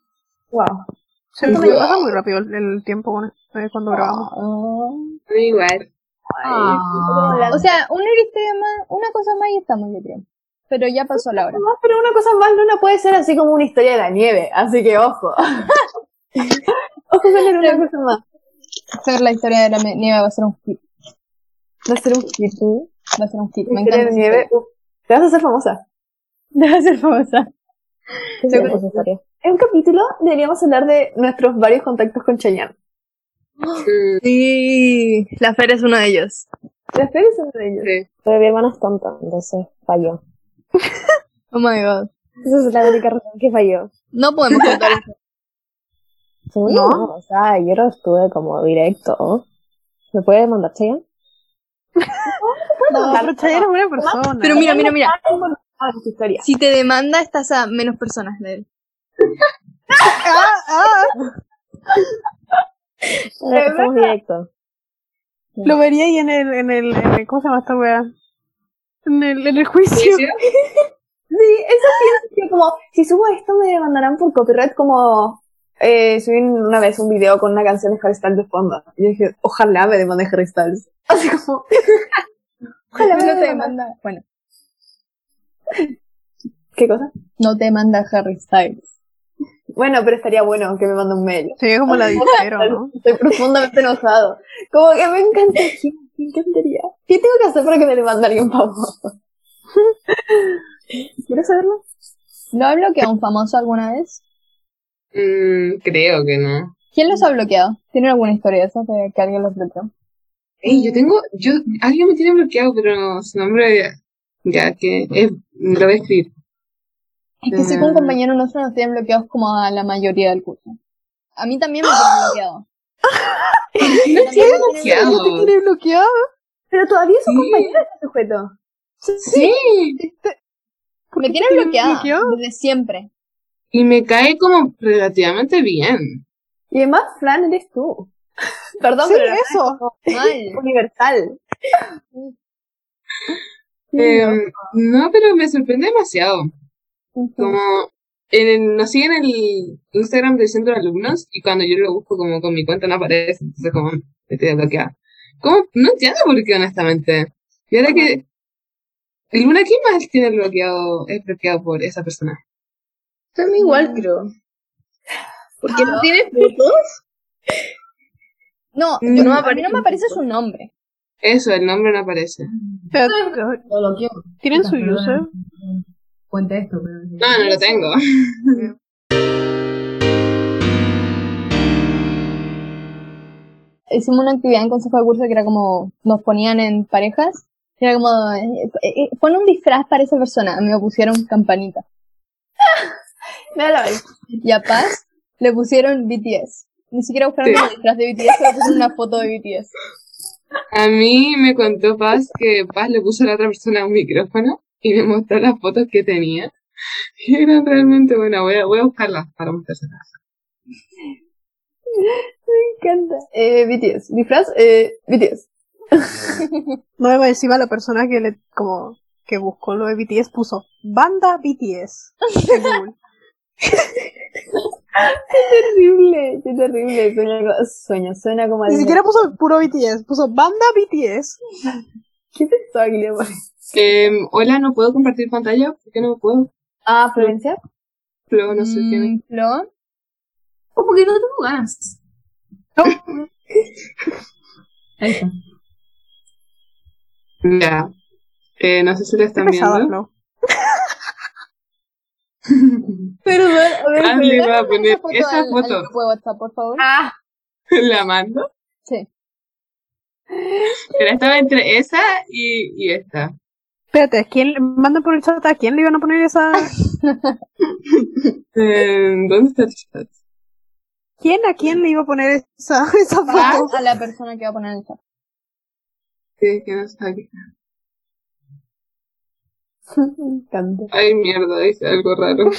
S3: Wow.
S5: Se me pasa muy rápido el, el tiempo con- eh, cuando grabamos.
S4: Igual.
S7: Ah.
S1: O sea, una hora y media más, una cosa más y estamos, yo creo. Pero ya pasó la hora.
S3: No, pero una cosa más, Luna puede ser así como una historia de la nieve. Así que ojo. Oficialmente una cosa más.
S1: Hacer la historia de la me- nieve va a ser un hit. Va a ser un hit. Va a ser un hit. Me
S3: Historia
S1: encanta.
S3: de nieve. uf, Te vas a hacer famosa.
S1: Debe ser famosa.
S11: ¿Qué es
S1: Yo
S5: pues,
S1: creo-
S11: esa historia?
S3: En un capítulo deberíamos hablar de nuestros varios contactos con Chayanne.
S4: Mm,
S10: Sí, la Fer es uno de ellos.
S3: Las peores son de ellos.
S4: sí.
S11: Pero mi hermana es tonta, entonces falló.
S10: Oh my god.
S11: Esa es la única razón que falló.
S10: No podemos contar eso.
S11: Según yo, no. o sea, yo lo estuve como directo. ¿Me puede mandar Chayanne?
S5: No, pero Chayanne es buena persona.
S10: Pero mira, mira, mira.
S3: Ah, en tu historia.
S10: Si te demanda, estás a menos personas de él.
S11: Eh, Estamos directo.
S5: Lo vería ahí en el, en el, en el- ¿cómo se llama esta wea? En el, en el juicio.
S3: Sí, eso sí es que como, si subo esto me demandarán por copyright como eh, subí una vez un video con una canción de Harry Styles de fondo. Y yo dije, ojalá me demande Harry Styles. Así como, ojalá me
S1: No te
S3: demande.
S1: demanda. Bueno,
S3: ¿Qué cosa?
S1: no te demanda Harry Styles.
S3: Bueno, pero estaría bueno que me mande un mail.
S5: Sería como la disquero, ¿no?
S3: Estoy profundamente enojado. Como que me encantaría, me encantaría. ¿Qué tengo que hacer para que me demande alguien famoso? ¿Quieres saberlo?
S1: ¿Lo ha bloqueado un famoso alguna vez?
S4: Mm, creo que no.
S1: ¿Quién los ha bloqueado? ¿Tienen alguna historia de esas de que alguien los bloqueó?
S4: Ey, yo tengo, yo, alguien me tiene bloqueado, pero su nombre, ya que es, lo voy a escribir.
S1: Es que sé que un compañero nuestro nos tiene bloqueados como a la mayoría del curso. A mí también me tienen bloqueado.
S4: No estoy
S1: También me tienen
S4: bloqueado.
S5: ¿Tiene bloqueado?
S3: Pero todavía es un
S4: Sí.
S3: compañero este sujeto.
S4: Ah, Sí.
S1: Me tienen
S5: tienen
S1: bloqueada
S5: bloqueado?
S1: desde siempre.
S4: Y me cae como relativamente bien.
S3: Y además, Flan, eres tú. Perdón,
S5: Sí,
S3: pero la
S5: eso.
S1: Mal.
S3: universal.
S4: Em, no, pero me sorprende demasiado. Como en el- nos siguen en el Instagram del centro de alumnos y cuando yo lo busco como con mi cuenta no aparece, entonces como me estoy bloqueada. ¿Cómo? No entiendo por qué, honestamente. Y ahora que... Luna, ¿quién más tiene bloqueado, es bloqueado por esa persona?
S6: Yo a mí igual creo. ¿Por qué no tienes fotos?
S1: No,
S4: No
S1: yo- a mí
S6: aparece
S1: no me
S6: un
S1: aparece su nombre.
S4: Eso, el nombre no aparece.
S5: Pero,
S7: Lo bloqueo.
S5: ¿Tienen su user?
S7: Cuente esto, pero...
S4: No, no lo tengo.
S1: Hicimos una actividad en consejo de curso que era como, nos ponían en parejas. y Era como, eh, eh, pon un disfraz para esa persona. A mí me pusieron campanita.
S3: Me da la vez.
S1: Y a Paz le pusieron BTS. Ni siquiera buscaron
S4: Sí.
S1: como disfraz de BTS, pero pusieron una foto de BTS.
S4: A mí me contó Paz que Paz le puso a la otra persona un micrófono y me mostró las fotos que tenía. Y eran realmente buenas. Voy a, voy a buscarlas para mostrárselas.
S3: Me encanta. Eh, BTS. Disfraz, eh, BTS.
S5: No, encima la persona que le, como, que buscó lo de BTS puso banda BTS. en Google.
S3: Terrible, qué terrible. Suena, algo- sueño, suena como
S5: Ni
S3: algo-
S5: siquiera puso puro BTS, puso banda BTS.
S3: ¿Qué pensaba que le iba a poner?
S4: Em, hola, no puedo compartir pantalla. ¿Por qué no puedo?
S3: Ah, Florencia.
S4: Pero no sé quién es.
S1: Mm, Flo,
S6: ¿O porque no tengo ganas?
S1: Mm.
S4: Ya. Eh, no sé si la
S5: Qué
S4: están
S5: pesada,
S4: viendo.
S5: Flo.
S1: Perdón, a ver,
S4: Ah, le voy a poner
S1: esa foto al,
S4: esa
S1: al
S4: foto.
S1: grupo de WhatsApp, por favor.
S4: ¿La mando?
S1: Sí.
S4: Pero estaba entre esa y, y esta.
S5: Espérate, ¿quién, manda por el chat a quién le iban a poner esa,
S4: Em, ¿Dónde está el chat?
S5: quién a quién le iba a poner esa, esa foto?
S1: Ah, a la persona que va a poner el chat.
S4: Sí, que no está aquí.
S3: Me encanta.
S4: Ay, mierda, dice algo raro.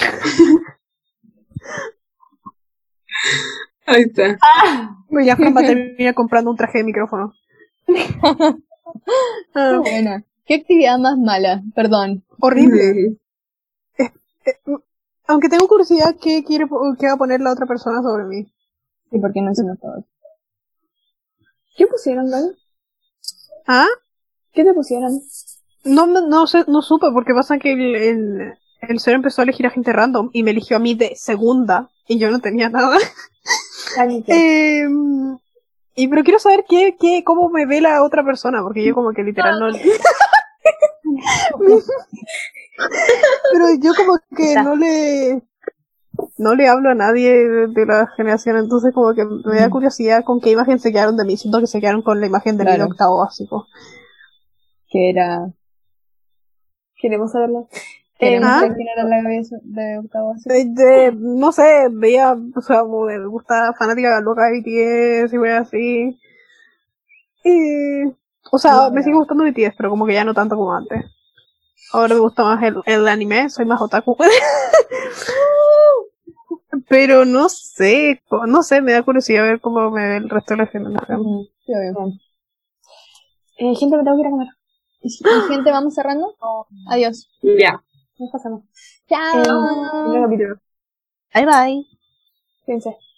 S4: Ahí está.
S5: Pues ya Fran va a terminar comprando un traje de micrófono.
S1: Qué
S5: Ah,
S1: buena. Qué actividad más mala, perdón.
S5: horrible. Eh, Aunque tengo curiosidad, ¿qué, quiere, po- ¿qué va a poner la otra persona sobre mí?
S1: Sí, porque no hicimos todo.
S3: ¿Qué pusieron, Gaby?
S5: ¿Ah?
S3: ¿Qué te pusieron?
S5: No, no, no, sé- no supe, porque pasa que el, el, el cero empezó a elegir a gente random y me eligió a mí de segunda y yo no tenía nada. Eh, y pero quiero saber qué, qué, cómo me ve la otra persona, porque yo como que literal no... pero yo como que no le... No le hablo a nadie de, de la generación, entonces como que me da curiosidad con qué imagen se quedaron de mí. Siento que se quedaron con la imagen de
S1: Claro.
S5: mi octavo básico.
S1: que era.
S3: Queremos saberlo.
S1: Queremos
S5: ¿ah?
S1: saber quién era la cabeza de octavo básico.
S5: De- de- Este, no sé, veía, o sea, como me gusta fanática loca de BTS y weas así. Y, o sea, me sigue gustando BTS, pero como que ya no tanto como antes. Ahora me gusta más el, el anime, soy más otaku. pero no sé, co- no sé, me da curiosidad ver cómo me ve el resto de la generación.
S1: Mm, Eh, gente, me tengo que ir a comer. Y, y gente, vamos cerrando. Adiós.
S4: Ya.
S1: Nos pasamos. Chao.
S5: Ah.
S3: Lindo capítulo.
S1: Bye bye.
S3: Fíjense.